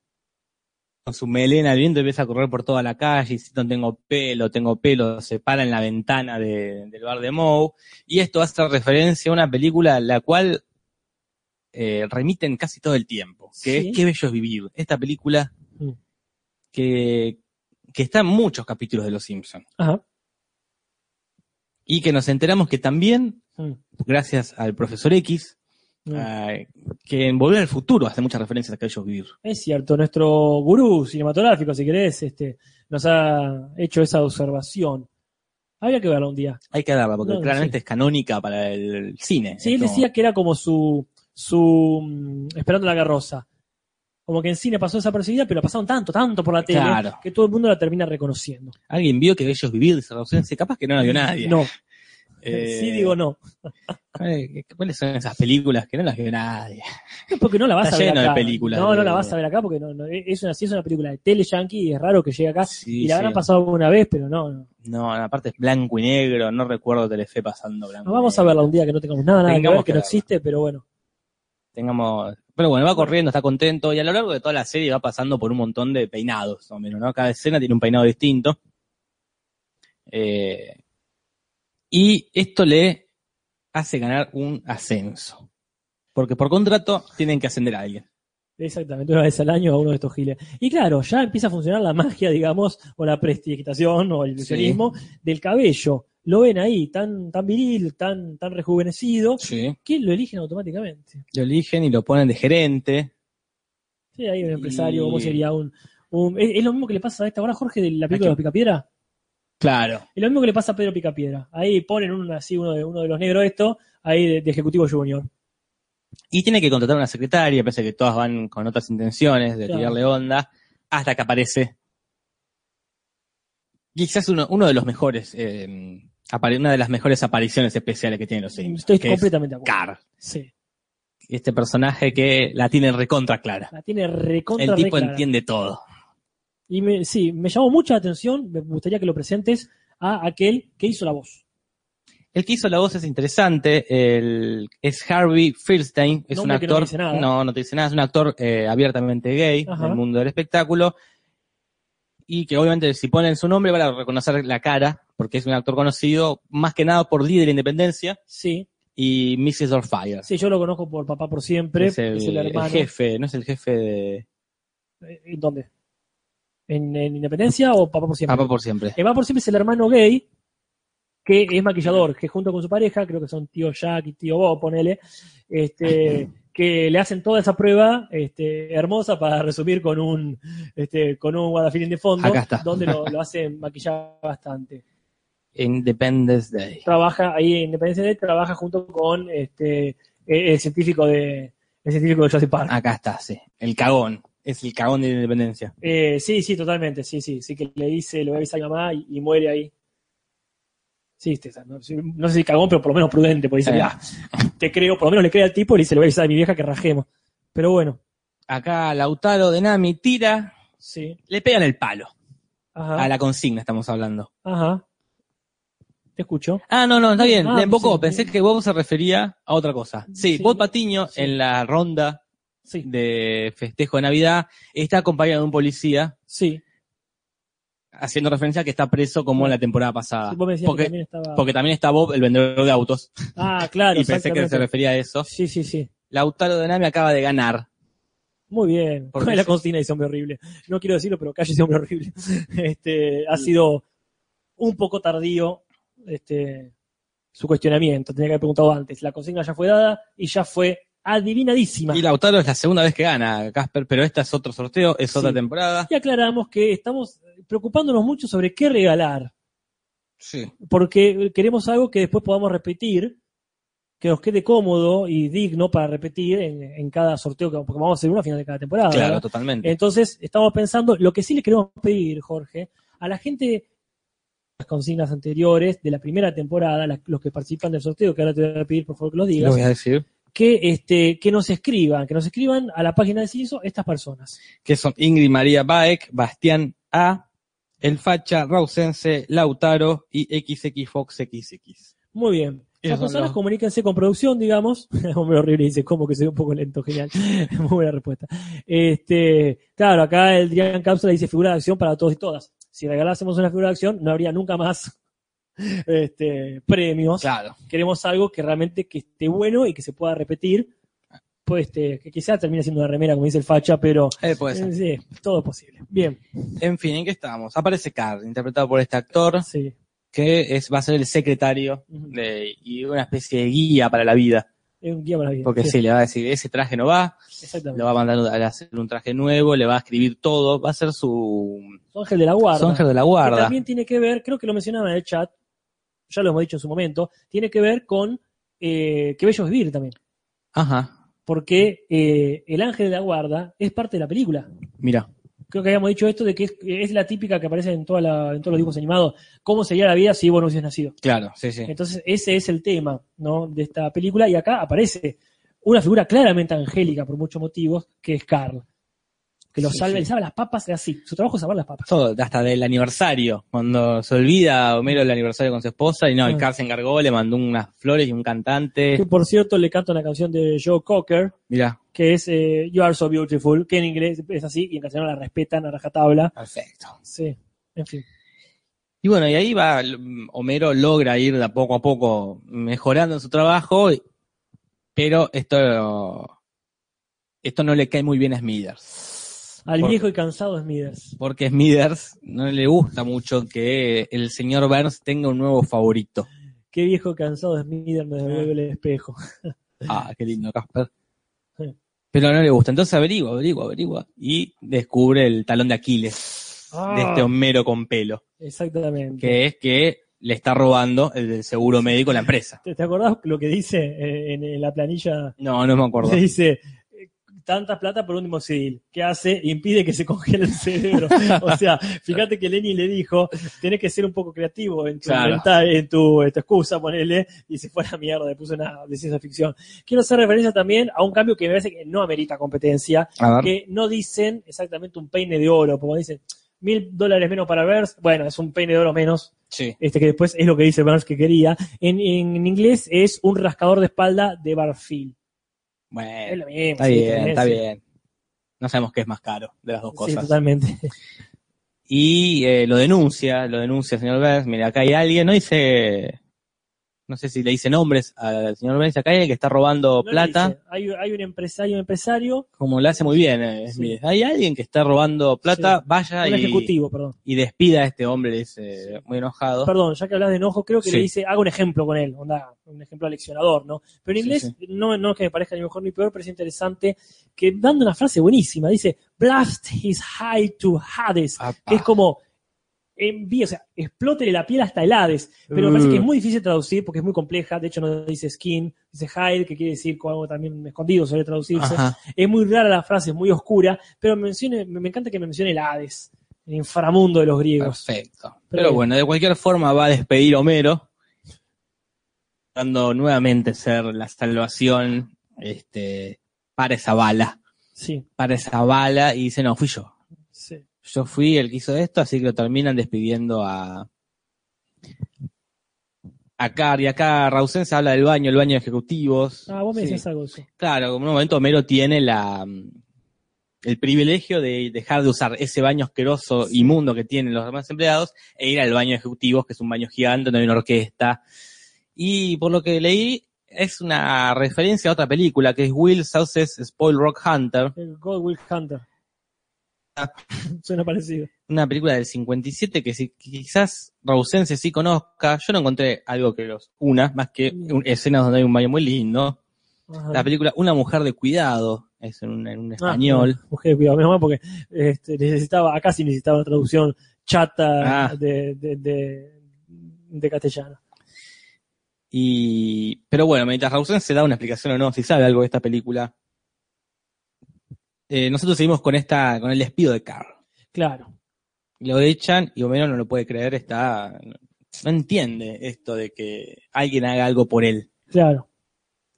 Speaker 2: Con su melena al viento empieza a correr por toda la calle, y si no tengo pelo, tengo pelo, se para en la ventana de- del bar de Moe. Y esto hace referencia a una película a la cual eh, remiten casi todo el tiempo, que
Speaker 1: Sí.
Speaker 2: es Qué bello es vivir. Esta película
Speaker 1: Mm.
Speaker 2: que, que está en muchos capítulos de Los Simpsons.
Speaker 1: ajá.
Speaker 2: Y que nos enteramos que también,
Speaker 1: Mm.
Speaker 2: gracias al profesor X,
Speaker 1: Mm.
Speaker 2: eh, que en Volver al Futuro hace muchas referencias a aquellos vivir.
Speaker 1: Es cierto, nuestro gurú cinematográfico, si querés, este, nos ha hecho esa observación. Habría que verla un día.
Speaker 2: Hay que darla, porque
Speaker 1: No,
Speaker 2: claramente
Speaker 1: sí.
Speaker 2: es canónica para el cine.
Speaker 1: Sí,
Speaker 2: Es
Speaker 1: él
Speaker 2: como-
Speaker 1: decía que era como su, su mm, Esperando la Garrosa. Como que en cine pasó desapercibida, pero la pasaron tanto, tanto por la tele
Speaker 2: Claro.
Speaker 1: que todo el mundo la termina reconociendo.
Speaker 2: Alguien vio que ellos vivir se traducen, capaz que no la vio nadie.
Speaker 1: No,
Speaker 2: Eh,
Speaker 1: sí digo no.
Speaker 2: eh, ¿Cuáles son esas películas que no las vio nadie?
Speaker 1: No, Porque no la vas
Speaker 2: Está
Speaker 1: a ver
Speaker 2: lleno de
Speaker 1: acá.
Speaker 2: películas
Speaker 1: no,
Speaker 2: de-
Speaker 1: no la vas a ver acá porque no, no, es una, sí es una película de tele yankee y es raro que llegue acá.
Speaker 2: Sí,
Speaker 1: y la
Speaker 2: sí.
Speaker 1: habrán pasado alguna vez, pero no, no.
Speaker 2: No, aparte es blanco y negro, no recuerdo Telefe pasando blanco.
Speaker 1: No, Vamos a
Speaker 2: y negro.
Speaker 1: verla un día que no tengamos nada, nada que
Speaker 2: Tengamos
Speaker 1: ver, que
Speaker 2: que
Speaker 1: no
Speaker 2: verla.
Speaker 1: existe, pero bueno.
Speaker 2: Tengamos. Pero bueno, va corriendo, está contento, y a lo largo de toda la serie va pasando por un montón de peinados, o menos, ¿no? Cada escena tiene un peinado distinto. Eh, y esto le hace ganar un ascenso. Porque por contrato tienen que ascender a alguien.
Speaker 1: Exactamente, una vez al año a uno de estos giles. Y claro, ya empieza a funcionar la magia, digamos, o la prestigitación o el ilusionismo del cabello. Lo ven ahí, tan, tan viril, tan, tan rejuvenecido,
Speaker 2: Sí.
Speaker 1: que lo eligen automáticamente.
Speaker 2: Lo eligen y lo ponen de gerente.
Speaker 1: Sí, ahí un empresario,
Speaker 2: Y-
Speaker 1: ¿cómo sería? Un, un- es, es lo mismo que le pasa a esta hora, Jorge, de la película de
Speaker 2: Aquí.
Speaker 1: los Picapiedra.
Speaker 2: Claro.
Speaker 1: Es lo mismo que le pasa a Pedro Picapiedra. Ahí ponen un, así uno de, uno de los negros esto, ahí de, de Ejecutivo Junior.
Speaker 2: Y tiene que contratar una secretaria, pese a que todas van con otras intenciones de
Speaker 1: Claro.
Speaker 2: tirarle onda, hasta que aparece. Quizás uno, uno de los mejores, eh, apare- una de las mejores apariciones especiales que tienen los Simpsons.
Speaker 1: Estoy
Speaker 2: que es
Speaker 1: completamente de acuerdo.
Speaker 2: Carr.
Speaker 1: Sí.
Speaker 2: Este personaje que la tiene recontra clara.
Speaker 1: La tiene recontra
Speaker 2: El tipo
Speaker 1: reclara.
Speaker 2: entiende todo.
Speaker 1: Y me- sí, me llamó mucha atención, me gustaría que lo presentes a aquel que hizo la voz.
Speaker 2: El que hizo la voz es interesante, el, es Harvey Fierstein, es un
Speaker 1: Nombre que no
Speaker 2: actor,
Speaker 1: dice nada.
Speaker 2: no, no te dice nada, es un actor eh, abiertamente gay
Speaker 1: Ajá.
Speaker 2: del mundo del espectáculo y que obviamente si ponen su nombre van a reconocer la cara porque es un actor conocido más que nada por Líder Independencia
Speaker 1: Sí,
Speaker 2: y Mrs. or Fire.
Speaker 1: sí, yo lo conozco por Papá por Siempre,
Speaker 2: es el, el
Speaker 1: hermano. Eh,
Speaker 2: jefe, no es el jefe de
Speaker 1: ¿En dónde? ¿En, en Independencia o Papá por Siempre?
Speaker 2: Papá por siempre.
Speaker 1: Eh, Papá por Siempre es el hermano gay que es maquillador, que junto con su pareja, creo que son tío Jack y tío Bob, ponele, este, que le hacen toda esa prueba este, hermosa para resumir con un este, con un What a Feeling de fondo,
Speaker 2: Acá está.
Speaker 1: donde lo, lo hacen maquillar bastante.
Speaker 2: Independence Day.
Speaker 1: trabaja ahí en Independencia Day, trabaja junto con este eh, el científico de el científico de Jurassic Park.
Speaker 2: Acá está, sí. El cagón. Es el cagón de la independencia.
Speaker 1: Eh, sí, sí, totalmente, sí, sí, sí que le dice, lo voy a avisar a mi mamá y, y muere ahí. Sí, este, no, sí, no sé si cagón, pero por lo menos prudente, porque dice,
Speaker 2: Eh,
Speaker 1: "Mirá, te creo, por lo menos le cree al tipo y le dice, le voy a avisar a mi vieja que rajemos. Pero bueno,
Speaker 2: Acá Lautaro de Nami tira
Speaker 1: sí,
Speaker 2: le pegan el palo.
Speaker 1: ajá,
Speaker 2: A la consigna estamos hablando.
Speaker 1: ajá. Te escucho.
Speaker 2: Ah, no, no, está bien.
Speaker 1: Ah,
Speaker 2: me embocó.
Speaker 1: sí,
Speaker 2: Pensé
Speaker 1: sí.
Speaker 2: que Bob se refería a otra cosa. Sí,
Speaker 1: Sí,
Speaker 2: Bob Patiño
Speaker 1: sí.
Speaker 2: en la ronda
Speaker 1: Sí,
Speaker 2: de festejo de Navidad está acompañado de un policía
Speaker 1: sí.
Speaker 2: haciendo referencia a que está preso como en la temporada pasada.
Speaker 1: Sí, vos me decías que
Speaker 2: Ah, porque,
Speaker 1: también estaba.
Speaker 2: porque también está Bob, el vendedor de autos.
Speaker 1: ah, claro,
Speaker 2: y pensé que se
Speaker 1: exactamente.
Speaker 2: refería a eso.
Speaker 1: Sí, sí, sí.
Speaker 2: Lautaro de Nami acaba de ganar.
Speaker 1: Muy bien.
Speaker 2: Porque
Speaker 1: la
Speaker 2: sí.
Speaker 1: consigna de ese hombre horrible. No quiero decirlo, pero calle ese hombre horrible. Este, ha sido un poco tardío este, su cuestionamiento. Tenía que haber preguntado antes. La consigna ya fue dada y ya fue adivinadísima.
Speaker 2: Y
Speaker 1: Y,
Speaker 2: Lautaro es la segunda vez que gana, Casper, pero esta es otro sorteo, es
Speaker 1: Sí.
Speaker 2: otra temporada.
Speaker 1: aclaramos que estamos preocupándonos mucho sobre qué regalar,
Speaker 2: Sí.
Speaker 1: porque queremos algo que después podamos repetir, que nos quede cómodo y digno para repetir en, en cada sorteo, que- porque vamos a hacer una final de cada temporada. ¿verdad?
Speaker 2: Claro,
Speaker 1: Eh,
Speaker 2: totalmente.
Speaker 1: Entonces, estamos pensando, lo que sí le queremos pedir, Jorge, a la gente de las consignas anteriores de la primera temporada, las- los que participan del sorteo, que ahora te voy a pedir por favor que los
Speaker 2: Lo
Speaker 1: digas,
Speaker 2: voy a decir.
Speaker 1: que, este, que nos escriban, que nos escriban a la página de CISO estas personas.
Speaker 2: que son Ingrid María Baek, Bastián A, El Facha, Rausense, Lautaro y XX Fox XX.
Speaker 1: Muy bien. Las
Speaker 2: Esos son
Speaker 1: personas
Speaker 2: los-
Speaker 1: comuníquense con producción, digamos. Hombre horrible dice, como que soy un poco lento, genial. Muy buena respuesta. Este, claro, acá el Drian Cápsula dice figura de acción para todos y todas. Si regalásemos una figura de acción, no habría nunca más este, premios.
Speaker 2: Claro.
Speaker 1: queremos algo que realmente que esté bueno y que se pueda repetir. Pues este, que quizá termine siendo una remera, como dice el facha, pero eh, sí, todo es posible. Bien,
Speaker 2: En fin, ¿en qué estábamos? Aparece Carr, interpretado por este actor,
Speaker 1: sí.
Speaker 2: que es, va a ser el secretario
Speaker 1: Ujú.
Speaker 2: de- y una especie de guía para la vida.
Speaker 1: Es un guía para la vida.
Speaker 2: Porque
Speaker 1: Sí,
Speaker 2: sí. le va a decir, ese traje no va,
Speaker 1: Exactamente.
Speaker 2: le va a mandar a hacer un traje nuevo, le va a escribir todo, va a ser su
Speaker 1: Su ángel de la guarda.
Speaker 2: su ángel de la
Speaker 1: Que
Speaker 2: guarda.
Speaker 1: también tiene que ver, creo que lo mencionaba en el chat, ya lo hemos dicho en su momento, tiene que ver con eh, qué bello es vivir también.
Speaker 2: Ajá,
Speaker 1: Porque eh, el ángel de la guarda es parte de la película.
Speaker 2: mira.
Speaker 1: Creo que habíamos dicho esto de que es, es la típica que aparece en, toda la- en todos los dibujos animados. ¿Cómo sería la vida si vos no hubieses nacido?
Speaker 2: Claro, sí, sí.
Speaker 1: Entonces, ese es el tema ¿no? de esta película. Y acá aparece una figura claramente angélica por muchos motivos, que es Carl. Que lo
Speaker 2: Sí,
Speaker 1: salva,
Speaker 2: sí.
Speaker 1: y salva las papas, es así. Su trabajo es salvar las papas.
Speaker 2: Todo, hasta del aniversario, cuando se olvida Homero el aniversario con su esposa, y no,
Speaker 1: Ah.
Speaker 2: y Carl se encargó, le mandó unas flores y un cantante.
Speaker 1: Que por cierto le canta una canción de Joe Cocker,
Speaker 2: Mira,
Speaker 1: que es eh, You Are So Beautiful, que en inglés es así, y en castellano la respetan a rajatabla.
Speaker 2: perfecto.
Speaker 1: Sí, en fin.
Speaker 2: Y bueno, y ahí va, mm, Homero logra ir de a poco a poco mejorando en su trabajo, y- pero esto, esto no le cae muy bien a Smithers.
Speaker 1: Al
Speaker 2: Por-
Speaker 1: viejo y cansado Smithers.
Speaker 2: Porque Smithers no le gusta mucho que el señor Burns tenga un nuevo favorito.
Speaker 1: Qué viejo cansado Smithers me devuelve el espejo.
Speaker 2: Ah, qué lindo, Casper.
Speaker 1: Sí.
Speaker 2: Pero no le gusta. Entonces averigua, averigua, averigua. Y descubre el talón de Aquiles de
Speaker 1: Ah.
Speaker 2: este Homero con pelo.
Speaker 1: Exactamente.
Speaker 2: Que es que le está robando el del seguro médico a la empresa.
Speaker 1: ¿Te, te acordás lo que dice eh, en, en la planilla?
Speaker 2: No, no me acuerdo.
Speaker 1: Le dice, eh, tanta plata por un limosil. ¿Qué hace? Impide que se congele el cerebro. o sea, fíjate que Lenny le dijo, tenés que ser un poco creativo en tu,
Speaker 2: Claro.
Speaker 1: inventa- en tu, en tu excusa, ponele, y se fue a la mierda, le puso una de ciencia ficción. Quiero hacer referencia también a un cambio que me parece que no amerita competencia,
Speaker 2: A ver.
Speaker 1: que no dicen exactamente un peine de oro, como dicen, mil dólares menos para Burns, bueno, es un peine de oro menos,
Speaker 2: Sí.
Speaker 1: este que después es lo que dice Burns que quería. En, en inglés es un rascador de espalda de Barfield. Es
Speaker 2: Bueno,
Speaker 1: lo mismo.
Speaker 2: está
Speaker 1: sí,
Speaker 2: bien,
Speaker 1: también,
Speaker 2: está
Speaker 1: sí.
Speaker 2: bien. No sabemos qué es más caro de las dos
Speaker 1: Sí,
Speaker 2: cosas.
Speaker 1: totalmente.
Speaker 2: y eh, lo denuncia, lo denuncia el señor Burns. Mira, acá hay alguien, no dice, no sé si le dice nombres al señor Burns, acá hay alguien que está robando
Speaker 1: No le
Speaker 2: plata,
Speaker 1: dice, Hay, hay un empresario, un empresario,
Speaker 2: como lo hace muy bien. eh,
Speaker 1: Sí.
Speaker 2: Mire, hay alguien que está robando plata, vaya
Speaker 1: un
Speaker 2: y,
Speaker 1: ejecutivo, perdón.
Speaker 2: y despida a este hombre, le dice, muy enojado.
Speaker 1: Perdón, ya que hablas de enojo, creo que
Speaker 2: Sí.
Speaker 1: le dice, hago un ejemplo con él, onda, un ejemplo aleccionador, ¿no? Pero en
Speaker 2: Sí,
Speaker 1: inglés No, no es que me parezca ni mejor ni peor, pero es interesante que dando una frase buenísima, dice, blast his high to Hades,
Speaker 2: Apa.
Speaker 1: que es como, envíe, o sea, explótele la piel hasta el Hades, pero me parece
Speaker 2: Mm.
Speaker 1: que es muy difícil traducir porque es muy compleja, de hecho no dice skin, dice hide, que quiere decir como algo también escondido, suele traducirse.
Speaker 2: Ajá.
Speaker 1: Es muy rara la frase, es muy oscura, pero mencione, me me encanta que mencione el Hades, el inframundo de los
Speaker 2: Ah.
Speaker 1: griegos.
Speaker 2: Perfecto.
Speaker 1: Pero
Speaker 2: Pero,
Speaker 1: bien.
Speaker 2: bueno, de cualquier forma va a despedir a Homero, dando nuevamente ser la salvación este, para esa bala.
Speaker 1: Sí,
Speaker 2: Para esa bala y dice, no, fui yo.
Speaker 1: sí.
Speaker 2: Yo fui el que hizo esto, así que lo terminan despidiendo a... A Car, y acá Rausen se habla del baño, el baño de ejecutivos.
Speaker 1: Ah, vos me
Speaker 2: Sí.
Speaker 1: decías algo de eso.
Speaker 2: Claro, como en un momento Homero tiene la mm, el privilegio de dejar de usar ese baño asqueroso, inmundo que tienen los demás empleados, e ir al baño de ejecutivos, que es un baño gigante donde hay una orquesta. Y por lo que leí, es una referencia a otra película, que es Will Sauce's Spoil Rock Hunter,
Speaker 1: El God Will Hunter.
Speaker 2: Ah.
Speaker 1: Suena parecido.
Speaker 2: una película del 57 que si, quizás Rausense sí conozca. Yo no encontré algo que los una, más que un- escenas donde hay un baño muy lindo.
Speaker 1: Ajá.
Speaker 2: La película Una mujer de cuidado, es en un, en un
Speaker 1: Ah,
Speaker 2: español.
Speaker 1: bueno, mujer, cuidado, menos mal porque este, necesitaba, acá sí necesitaba una traducción chata
Speaker 2: Ah.
Speaker 1: de, de, de, de castellano.
Speaker 2: Y, pero bueno, mientras Rausen se da una explicación o no, si sabe algo de esta película. Eh, nosotros seguimos con esta, con el despido de Carl.
Speaker 1: Claro.
Speaker 2: Lo echan y Homero no lo puede creer, está, no entiende esto de que alguien haga algo por él.
Speaker 1: Claro,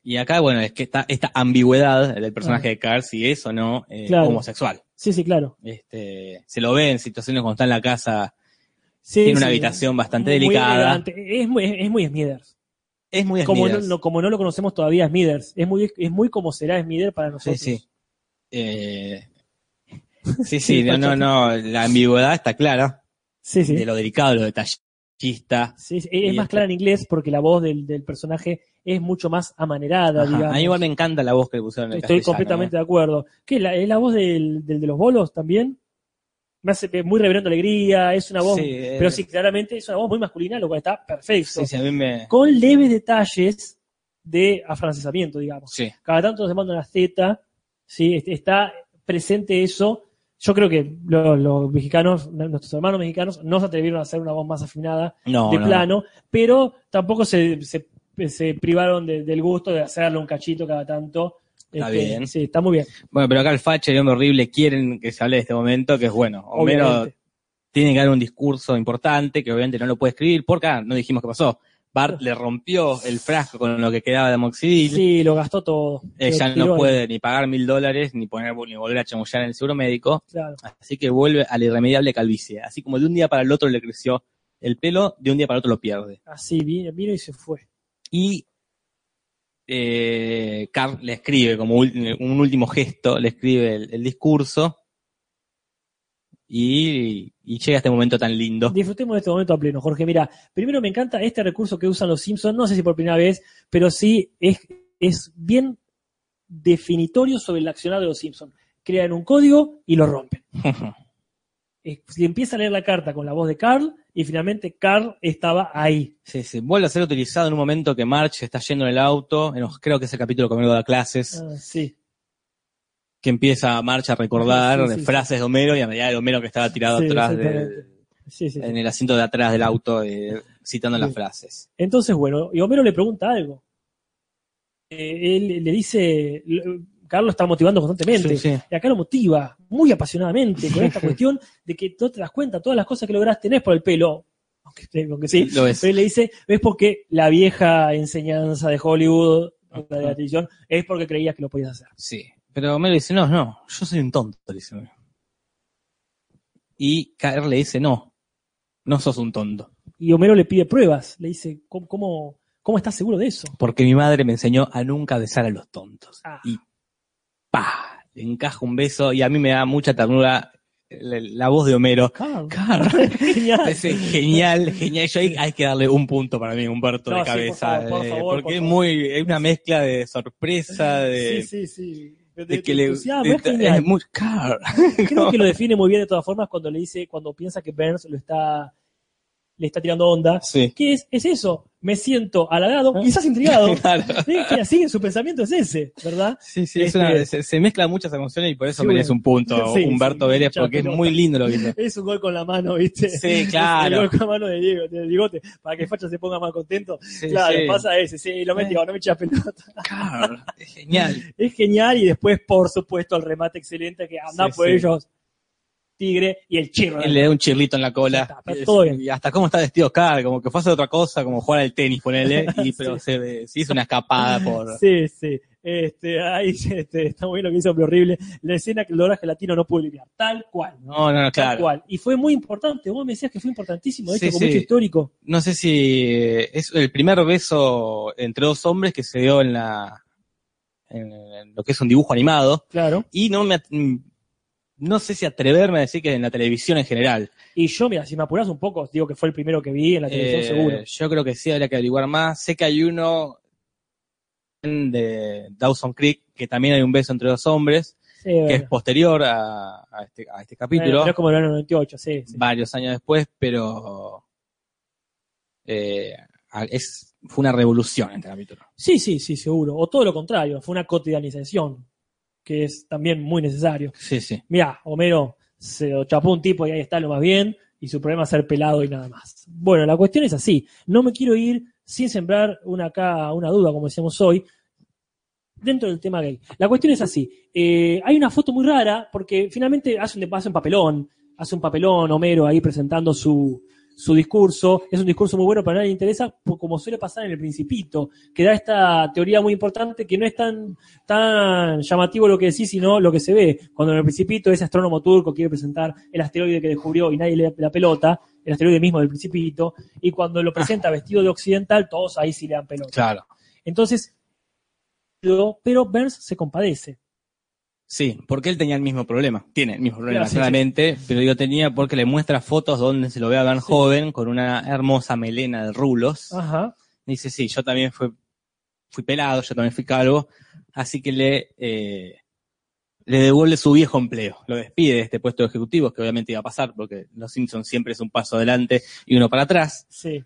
Speaker 2: Y acá, bueno, es que está esta ambigüedad del personaje de Carl, si es o no eh,
Speaker 1: Claro.
Speaker 2: homosexual.
Speaker 1: sí, sí, claro.
Speaker 2: Este, se lo ve en situaciones cuando está en la casa,
Speaker 1: Sí,
Speaker 2: tiene una
Speaker 1: sí.
Speaker 2: habitación bastante
Speaker 1: Muy
Speaker 2: delicada.
Speaker 1: elegante. Es muy, es muy Smithers.
Speaker 2: es muy
Speaker 1: Como no,
Speaker 2: Smithers.
Speaker 1: no- como no lo conocemos todavía, Smithers. Es muy, es muy como será Smithers para nosotros.
Speaker 2: Sí, sí. Eh, sí,
Speaker 1: Sí,
Speaker 2: sí, no, no, no, la ambigüedad está clara,
Speaker 1: Sí, sí.
Speaker 2: de lo delicado, lo detallista.
Speaker 1: Sí, sí, es
Speaker 2: Y
Speaker 1: más
Speaker 2: este-
Speaker 1: clara en inglés porque la voz del, del personaje es mucho más amanerada,
Speaker 2: Ajá.
Speaker 1: digamos.
Speaker 2: A mí igual me encanta la voz que le pusieron en el
Speaker 1: Estoy
Speaker 2: castellano,
Speaker 1: completamente
Speaker 2: ¿eh?
Speaker 1: de acuerdo. ¿Qué? La, ¿Es la voz del, del de los bolos también? me hace eh, muy reverendo alegría, es una voz,
Speaker 2: Sí, eh,
Speaker 1: pero sí, claramente es una voz muy masculina, lo cual está perfecto.
Speaker 2: Sí, sí, a mí me.
Speaker 1: Con leves detalles de afrancesamiento, digamos.
Speaker 2: Sí.
Speaker 1: Cada tanto se manda una Z, ¿sí? Este, está presente eso. Yo creo que lo- los, mexicanos, nuestros hermanos mexicanos, no se atrevieron a hacer una voz más afinada
Speaker 2: No,
Speaker 1: de
Speaker 2: no, no.
Speaker 1: plano, pero tampoco se, se- se privaron de- del gusto de hacerle un cachito cada tanto.
Speaker 2: Está
Speaker 1: Este,
Speaker 2: bien.
Speaker 1: Sí, está muy bien.
Speaker 2: Bueno, pero acá el facha y el hombre horrible quieren que se hable de este momento, que es bueno. Homero
Speaker 1: obviamente.
Speaker 2: tiene que dar un discurso importante, que obviamente no lo puede escribir, porque acá no dijimos qué pasó. Bart le rompió el frasco con lo que quedaba de Moxidil.
Speaker 1: Sí, lo gastó todo. Lo
Speaker 2: Ella
Speaker 1: tiró
Speaker 2: no
Speaker 1: ahí,
Speaker 2: puede ni pagar mil dólares, ni poner ni volver a chamullar en el seguro médico,
Speaker 1: claro.
Speaker 2: así que vuelve a la irremediable calvicie. Así como de un día para el otro le creció el pelo, de un día para el otro lo pierde.
Speaker 1: Así vino, vino y se fue.
Speaker 2: Y eh, Carl le escribe como ul- un último gesto, le escribe el, el discurso y, y llega este momento tan lindo.
Speaker 1: Disfrutemos de este momento a pleno, Jorge. Mira, primero me encanta este recurso que usan los Simpsons, no sé si por primera vez, pero sí es, es bien definitorio sobre el accionar de los Simpsons. Crean un código y lo rompen. Eh, Si empieza a leer la carta con la voz de Carl, y finalmente Carl estaba ahí.
Speaker 2: Sí, sí, vuelve a ser utilizado en un momento que March está yendo en el auto, en los- creo que es el capítulo que me da clases.
Speaker 1: Ah, sí.
Speaker 2: que empieza a marcha a recordar
Speaker 1: Sí, sí, sí.
Speaker 2: frases de Homero y a medida de Homero que estaba tirado
Speaker 1: Sí,
Speaker 2: atrás de-
Speaker 1: exactamente. Sí, sí, sí.
Speaker 2: en el asiento de atrás del auto eh, citando
Speaker 1: Sí.
Speaker 2: las frases.
Speaker 1: Entonces, bueno, y Homero le pregunta algo. Eh, él le dice, lo- Carlos está motivando constantemente.
Speaker 2: Sí, sí.
Speaker 1: Y acá lo motiva muy apasionadamente con esta cuestión de que no te das cuenta, todas las cosas que lograste no es por el pelo, aunque, aunque sí,
Speaker 2: Lo es.
Speaker 1: pero él le dice, es porque la vieja enseñanza de Hollywood, la de la televisión, es porque creías que lo podías hacer.
Speaker 2: Sí. Pero Homero dice, no, no, yo soy un tonto, le dice Homero. Y Caer le dice, no, no sos un tonto,
Speaker 1: Y Homero le pide pruebas, le dice, ¿cómo, cómo, cómo estás seguro de eso?
Speaker 2: porque mi madre me enseñó a nunca besar a los tontos.
Speaker 1: Ah.
Speaker 2: Y pa, le encaja un beso y a mí me da mucha ternura eh, la, la voz de Homero.
Speaker 1: Carl.
Speaker 2: Carl.
Speaker 1: Genial.
Speaker 2: Parece genial, genial. Yo ahí hay que darle un punto para mí, Humberto,
Speaker 1: No, sí,
Speaker 2: de
Speaker 1: por
Speaker 2: cabeza.
Speaker 1: favor, por
Speaker 2: eh,
Speaker 1: favor, por
Speaker 2: porque es
Speaker 1: favor.
Speaker 2: muy, es una mezcla de sorpresa, de,
Speaker 1: Sí, sí, sí. De,
Speaker 2: de que
Speaker 1: de
Speaker 2: le
Speaker 1: entusiasmo,
Speaker 2: de-
Speaker 1: es genial.
Speaker 2: es muy car.
Speaker 1: Creo que lo define muy bien de todas formas cuando le dice, cuando piensa que Burns lo está, le está tirando onda.
Speaker 2: Sí.
Speaker 1: ¿Qué es? Es eso. Me siento halagado, quizás intrigado.
Speaker 2: Ah. Claro.
Speaker 1: Sí, que así su pensamiento es ese, ¿verdad?
Speaker 2: Sí, sí, es
Speaker 1: Este-
Speaker 2: una- se, se mezclan muchas emociones y por eso
Speaker 1: Sí,
Speaker 2: merece
Speaker 1: bueno.
Speaker 2: un punto,
Speaker 1: Sí,
Speaker 2: Humberto
Speaker 1: sí,
Speaker 2: Vélez,
Speaker 1: mucha
Speaker 2: porque es
Speaker 1: pelota.
Speaker 2: muy lindo lo que hizo.
Speaker 1: Es un gol con la mano, ¿viste?
Speaker 2: Sí,
Speaker 1: Es el
Speaker 2: claro.
Speaker 1: gol con la mano de Diego, de Bigote, para que Facha se ponga más contento.
Speaker 2: Sí,
Speaker 1: claro,
Speaker 2: sí.
Speaker 1: pasa ese, sí, lo metió, no me echas pelota.
Speaker 2: Car, es genial.
Speaker 1: Es genial y después, por supuesto, el remate excelente que anda
Speaker 2: Sí,
Speaker 1: por
Speaker 2: sí.
Speaker 1: ellos, Tigre y el chirro.
Speaker 2: Él le da un chirlito en la
Speaker 1: Ya
Speaker 2: cola.
Speaker 1: está, está todo bien.
Speaker 2: Y hasta cómo está vestido Car, como que fue a hacer otra cosa, como jugar al tenis, ponele, y, pero
Speaker 1: Sí.
Speaker 2: se, se hizo una escapada por...
Speaker 1: Sí, sí. Este, ahí, este, está muy bien lo que hizo, pero horrible. La escena que el doblaje latino no pudo limpiar. Tal cual.
Speaker 2: No, no,
Speaker 1: Tal
Speaker 2: no, claro.
Speaker 1: cual. Y fue muy importante. Vos me decías que fue importantísimo, esto
Speaker 2: Sí,
Speaker 1: como
Speaker 2: sí.
Speaker 1: hecho histórico.
Speaker 2: No sé si eh, es el primer beso entre dos hombres que se dio en la en, en lo que es un dibujo animado
Speaker 1: Claro.
Speaker 2: y no me at- mm, no sé si atreverme a decir que en la televisión en general.
Speaker 1: Y yo, mira, si me apuras un poco, digo que fue el primero que vi en la televisión,
Speaker 2: Eh,
Speaker 1: seguro.
Speaker 2: Yo creo que sí habría que averiguar más. Sé que hay uno de Dawson Creek que también hay un beso entre dos hombres
Speaker 1: Sí,
Speaker 2: que
Speaker 1: bueno.
Speaker 2: es posterior a, a este, a este capítulo.
Speaker 1: Bueno, pero es como el año 98, sí. sí.
Speaker 2: varios años después, pero eh, a- es, fue una revolución este capítulo.
Speaker 1: Sí, sí, sí, seguro. O todo lo contrario, fue una cotidianización, que es también muy necesario.
Speaker 2: Sí, sí.
Speaker 1: Mirá, Homero se lo chapó un tipo y ahí está lo más bien, y su problema es ser pelado y nada más. Bueno, la cuestión es así. No me quiero ir sin sembrar una, acá, una duda, como decíamos hoy, dentro del tema gay. La cuestión es así. eh, hay una foto muy rara, porque finalmente hace un, hace un papelón, hace un papelón Homero ahí presentando su, su discurso. Es un discurso muy bueno, pero a nadie le interesa, po- como suele pasar en El Principito, que da esta teoría muy importante que no es tan, tan llamativo lo que decís, sino lo que se ve. Cuando en El Principito ese astrónomo turco quiere presentar el asteroide que descubrió y nadie le da la pelota, el asteroide mismo del Principito, y cuando lo presenta vestido de occidental, todos ahí sí le dan pelota.
Speaker 2: Claro.
Speaker 1: Entonces, pero pero Burns se compadece.
Speaker 2: Sí, porque él tenía el mismo problema. Tiene el mismo problema,
Speaker 1: Claro, sí,
Speaker 2: claramente, pero yo tenía porque le muestra fotos donde se lo ve a Dan
Speaker 1: Sí. Ah.
Speaker 2: joven con una hermosa melena de rulos.
Speaker 1: Ajá.
Speaker 2: Dice, sí, yo también fui, fui pelado, yo también fui calvo, así que le, eh, le devuelve su viejo empleo, lo despide de este puesto de ejecutivos, que obviamente iba a pasar, porque Los Simpsons siempre es un paso adelante y uno para atrás,
Speaker 1: Sí.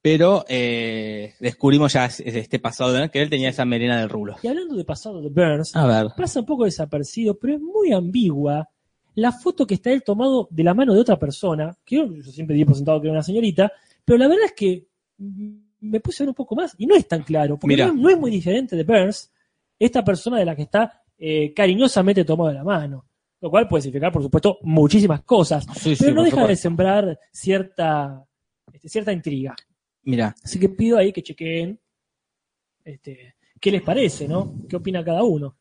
Speaker 2: pero eh, descubrimos ya es- es este pasado de que él tenía esa melena del rulo.
Speaker 1: Y hablando de pasado de Burns,
Speaker 2: A ver.
Speaker 1: pasa un poco desapercibido, pero es muy ambigua la foto que está él tomado de la mano de otra persona, que yo, yo siempre di por sentado que era una señorita, pero la verdad es que mm, me puse a ver un poco más y no es tan claro, porque
Speaker 2: Mirá.
Speaker 1: no, no es muy diferente de Burns, esta persona de la que está eh, cariñosamente tomado de la mano, lo cual puede significar, por supuesto, muchísimas cosas,
Speaker 2: Sí,
Speaker 1: pero no deja de sembrar cierta, este, cierta intriga.
Speaker 2: Mira,
Speaker 1: Así que pido ahí que chequeen este, qué les parece, ¿no? ¿Qué opina cada uno?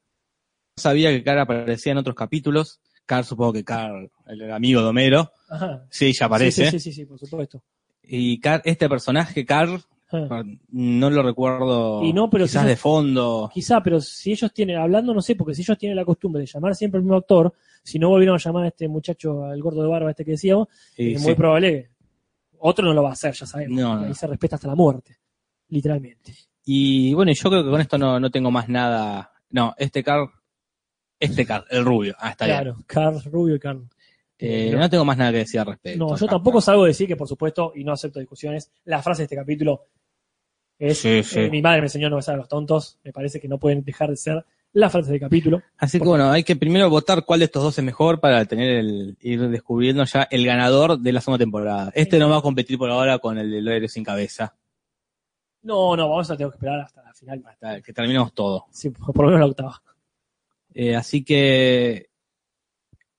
Speaker 2: sabía que Carl aparecía en otros capítulos. Carl, supongo que Carl, el amigo de Homero.
Speaker 1: Ajá.
Speaker 2: Sí, ya aparece.
Speaker 1: Sí, sí, sí, sí, por supuesto.
Speaker 2: Y Carl- este personaje, Carl,
Speaker 1: Ajá.
Speaker 2: no lo recuerdo
Speaker 1: Y no, pero
Speaker 2: quizás
Speaker 1: sí-
Speaker 2: de fondo.
Speaker 1: Quizá, pero si ellos tienen, hablando no sé, porque si ellos tienen la costumbre de llamar siempre al mismo actor, si no volvieron a llamar a este muchacho, al gordo de barba este que decíamos,
Speaker 2: Sí,
Speaker 1: es
Speaker 2: sí.
Speaker 1: muy probable que otro no lo va a hacer, ya sabemos.
Speaker 2: No, no.
Speaker 1: Ahí se respeta hasta la muerte, literalmente.
Speaker 2: Y bueno, yo creo que con esto no, no tengo más nada. No, este Carl, este Carl, el rubio. Ah, está bien.
Speaker 1: claro, Carl Rubio y Carl.
Speaker 2: Eh,
Speaker 1: no,
Speaker 2: no tengo más nada que decir al respecto.
Speaker 1: no, yo
Speaker 2: Acá.
Speaker 1: tampoco salgo a decir que, por supuesto, y no acepto discusiones, la frase de este capítulo es
Speaker 2: Sí, sí.
Speaker 1: eh, mi madre me enseñó a no besar a los tontos, me parece que no pueden dejar de ser la frase del capítulo.
Speaker 2: Así que bueno, hay que primero votar cuál de estos dos es mejor para tener el, ir descubriendo ya el ganador de la segunda temporada. Este no va a competir por ahora con el del héroe sin cabeza,
Speaker 1: No, no, vamos a tener que esperar hasta la final.
Speaker 2: hasta que terminemos todo.
Speaker 1: Sí, por lo menos la octava.
Speaker 2: Eh, así que,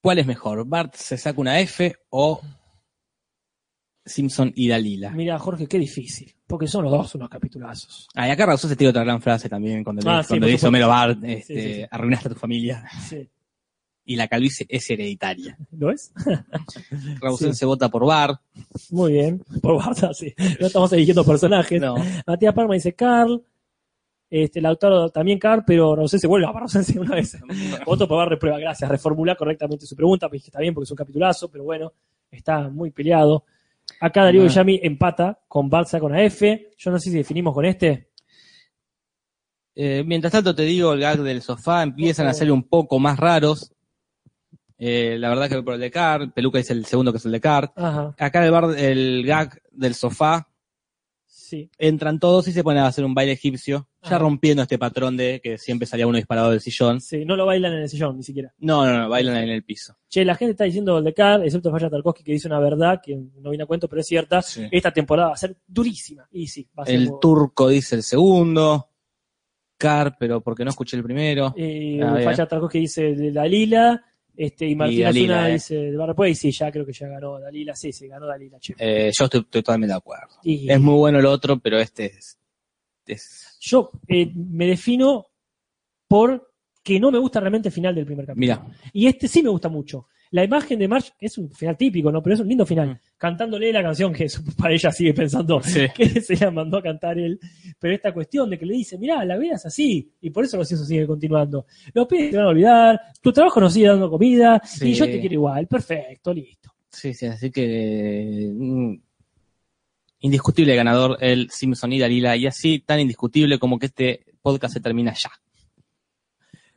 Speaker 2: ¿cuál es mejor? ¿Bart se saca una F o Simpson y Dalila?
Speaker 1: Mira, Jorge, qué difícil. Porque son los dos unos capitulazos.
Speaker 2: Ah, y acá Rausó se tira otra gran frase también cuando, le-
Speaker 1: Ah, sí,
Speaker 2: cuando
Speaker 1: por
Speaker 2: dice
Speaker 1: supuesto.
Speaker 2: Homero Bart, este,
Speaker 1: sí, sí.
Speaker 2: arruinaste a tu familia.
Speaker 1: Sí.
Speaker 2: Y la calvicie es hereditaria.
Speaker 1: ¿Lo es? Sí.
Speaker 2: Rausó se vota por Bart.
Speaker 1: Muy bien. Por WhatsApp, sí. No estamos eligiendo personajes.
Speaker 2: No.
Speaker 1: Matías Palma dice Carl. Este, Lautaro también Carl, pero no sé si vuelve a Rausense una vez. Otro por barre prueba, gracias. Reformula correctamente su pregunta, pues está bien porque es un capitulazo, pero bueno, está muy peleado. Acá Darío
Speaker 2: Ah.
Speaker 1: Villami empata con Barça con F. Yo no sé si definimos con este.
Speaker 2: Eh, mientras tanto te digo, el gag del sofá empiezan
Speaker 1: Ojo.
Speaker 2: a ser un poco más raros. Eh, la verdad que por el de Cart, Peluca es el segundo que es el de Cart.
Speaker 1: Ajá,
Speaker 2: Acá el, bar, el gag del sofá,
Speaker 1: sí.
Speaker 2: entran todos y se ponen a hacer un baile egipcio, ya
Speaker 1: Ajá.
Speaker 2: rompiendo este patrón de que siempre salía uno disparado del sillón.
Speaker 1: Sí, no lo bailan en el sillón ni siquiera.
Speaker 2: No, no, no, bailan en el piso.
Speaker 1: Che, la gente está diciendo Goldecar, excepto Falla Tarkovsky, que dice una verdad que no viene a cuento, pero es cierta. Esta temporada va a ser durísima. Y sí, va a ser.
Speaker 2: El
Speaker 1: como-
Speaker 2: turco dice el segundo. Car, pero porque no escuché el primero.
Speaker 1: Eh,
Speaker 2: Ah, bien.
Speaker 1: Falla Tarkovsky dice de Dalila. Este, y Martín
Speaker 2: Dalila,
Speaker 1: Azuna
Speaker 2: eh.
Speaker 1: dice de Barra Puey. Sí, ya creo que ya ganó Dalila. Sí, se ganó Dalila, che.
Speaker 2: Eh, yo estoy, estoy totalmente de acuerdo.
Speaker 1: Y
Speaker 2: Es muy bueno el otro, pero este es. es-
Speaker 1: yo eh, me defino por que no me gusta realmente el final del primer capítulo.
Speaker 2: Mira,
Speaker 1: Y este sí me gusta mucho. La imagen de Marge es un final típico, ¿no? Pero es un lindo final.
Speaker 2: Mm.
Speaker 1: Cantándole la canción que su- para ella sigue pensando que se la mandó a cantar él. Pero esta cuestión de que le dice, mirá, la vida es así, y por eso los eso sigue continuando. Los pibes te van a olvidar, tu trabajo nos sigue dando comida,
Speaker 2: Sí.
Speaker 1: y yo te quiero igual, perfecto, listo.
Speaker 2: sí, sí, así que. mm, Indiscutible ganador el Simpson y Dalila, y así tan indiscutible como que este podcast se termina ya.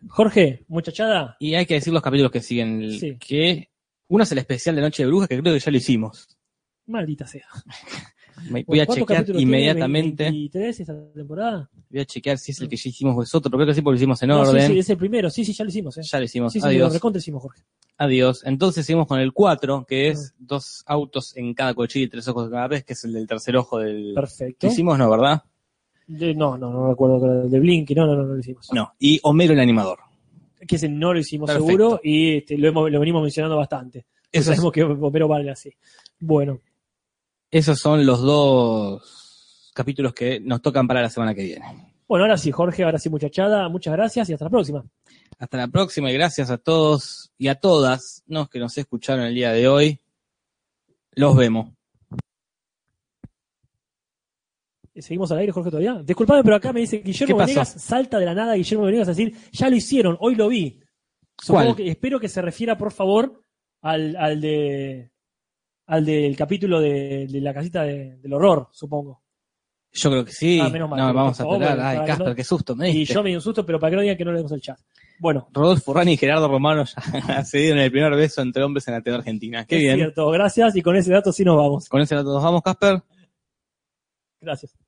Speaker 1: Jorge, muchachada,
Speaker 2: Y hay que decir los capítulos que siguen. el-
Speaker 1: Sí.
Speaker 2: Que uno es el especial de Noche de Brujas, que creo que ya lo hicimos.
Speaker 1: maldita sea.
Speaker 2: Me- voy a
Speaker 1: ¿Cuántos
Speaker 2: chequear
Speaker 1: capítulos tiene?
Speaker 2: inmediatamente.
Speaker 1: ¿23 esta temporada?
Speaker 2: Voy a chequear si es el que ya hicimos vosotros, pero creo que sí, porque lo hicimos en
Speaker 1: No, sí,
Speaker 2: orden.
Speaker 1: sí, es el primero, sí, sí, ya lo hicimos. ¿eh?
Speaker 2: Ya lo hicimos.
Speaker 1: Sí, sí, lo
Speaker 2: Adiós.
Speaker 1: recontra hicimos, Jorge.
Speaker 2: Adiós. Entonces seguimos con el 4, que
Speaker 1: Ah.
Speaker 2: es dos autos en cada cochilla y tres ojos cada vez, que es el del tercer ojo del...
Speaker 1: Perfecto.
Speaker 2: ¿Lo hicimos? No, ¿verdad?
Speaker 1: De- no, no, no recuerdo que era el de Blinky, no, no, no, no lo hicimos.
Speaker 2: No. Y Homero el animador.
Speaker 1: Que ese no lo hicimos
Speaker 2: Perfecto.
Speaker 1: seguro y este, lo, hemos- lo venimos mencionando bastante.
Speaker 2: Esos,
Speaker 1: Sabemos que Homero vale así. Bueno,
Speaker 2: esos son los dos capítulos que nos tocan para la semana que viene.
Speaker 1: Bueno, ahora sí, Jorge, ahora sí, muchachada, muchas gracias y hasta la próxima.
Speaker 2: Hasta la próxima y gracias a todos y a todas los que nos escucharon el día de hoy. Los vemos.
Speaker 1: Eh, ¿Seguimos al aire, Jorge, todavía? Disculpame, pero acá me dice Guillermo
Speaker 2: ¿Qué pasó?
Speaker 1: Venegas, salta de la nada Guillermo Venegas a decir, ya lo hicieron, hoy lo vi. Supongo
Speaker 2: ¿Cuál?
Speaker 1: que- espero que se refiera, por favor, al, al de al del capítulo de, de la casita de- del horror, supongo.
Speaker 2: Yo creo que sí.
Speaker 1: Ah, menos mal.
Speaker 2: No,
Speaker 1: Por
Speaker 2: vamos a
Speaker 1: favor,
Speaker 2: esperar.
Speaker 1: para
Speaker 2: Ay,
Speaker 1: que
Speaker 2: Casper,
Speaker 1: no-
Speaker 2: qué susto me
Speaker 1: Y
Speaker 2: diste.
Speaker 1: yo me di un susto, pero para que no digan que no le demos el chat. Bueno,
Speaker 2: Rodolfo Urrani y Gerardo Romano ya se dieron el primer beso entre hombres en la TV Argentina. Qué
Speaker 1: es
Speaker 2: bien.
Speaker 1: cierto. Gracias y con ese dato sí nos vamos.
Speaker 2: Con ese dato nos vamos, Casper.
Speaker 1: Gracias.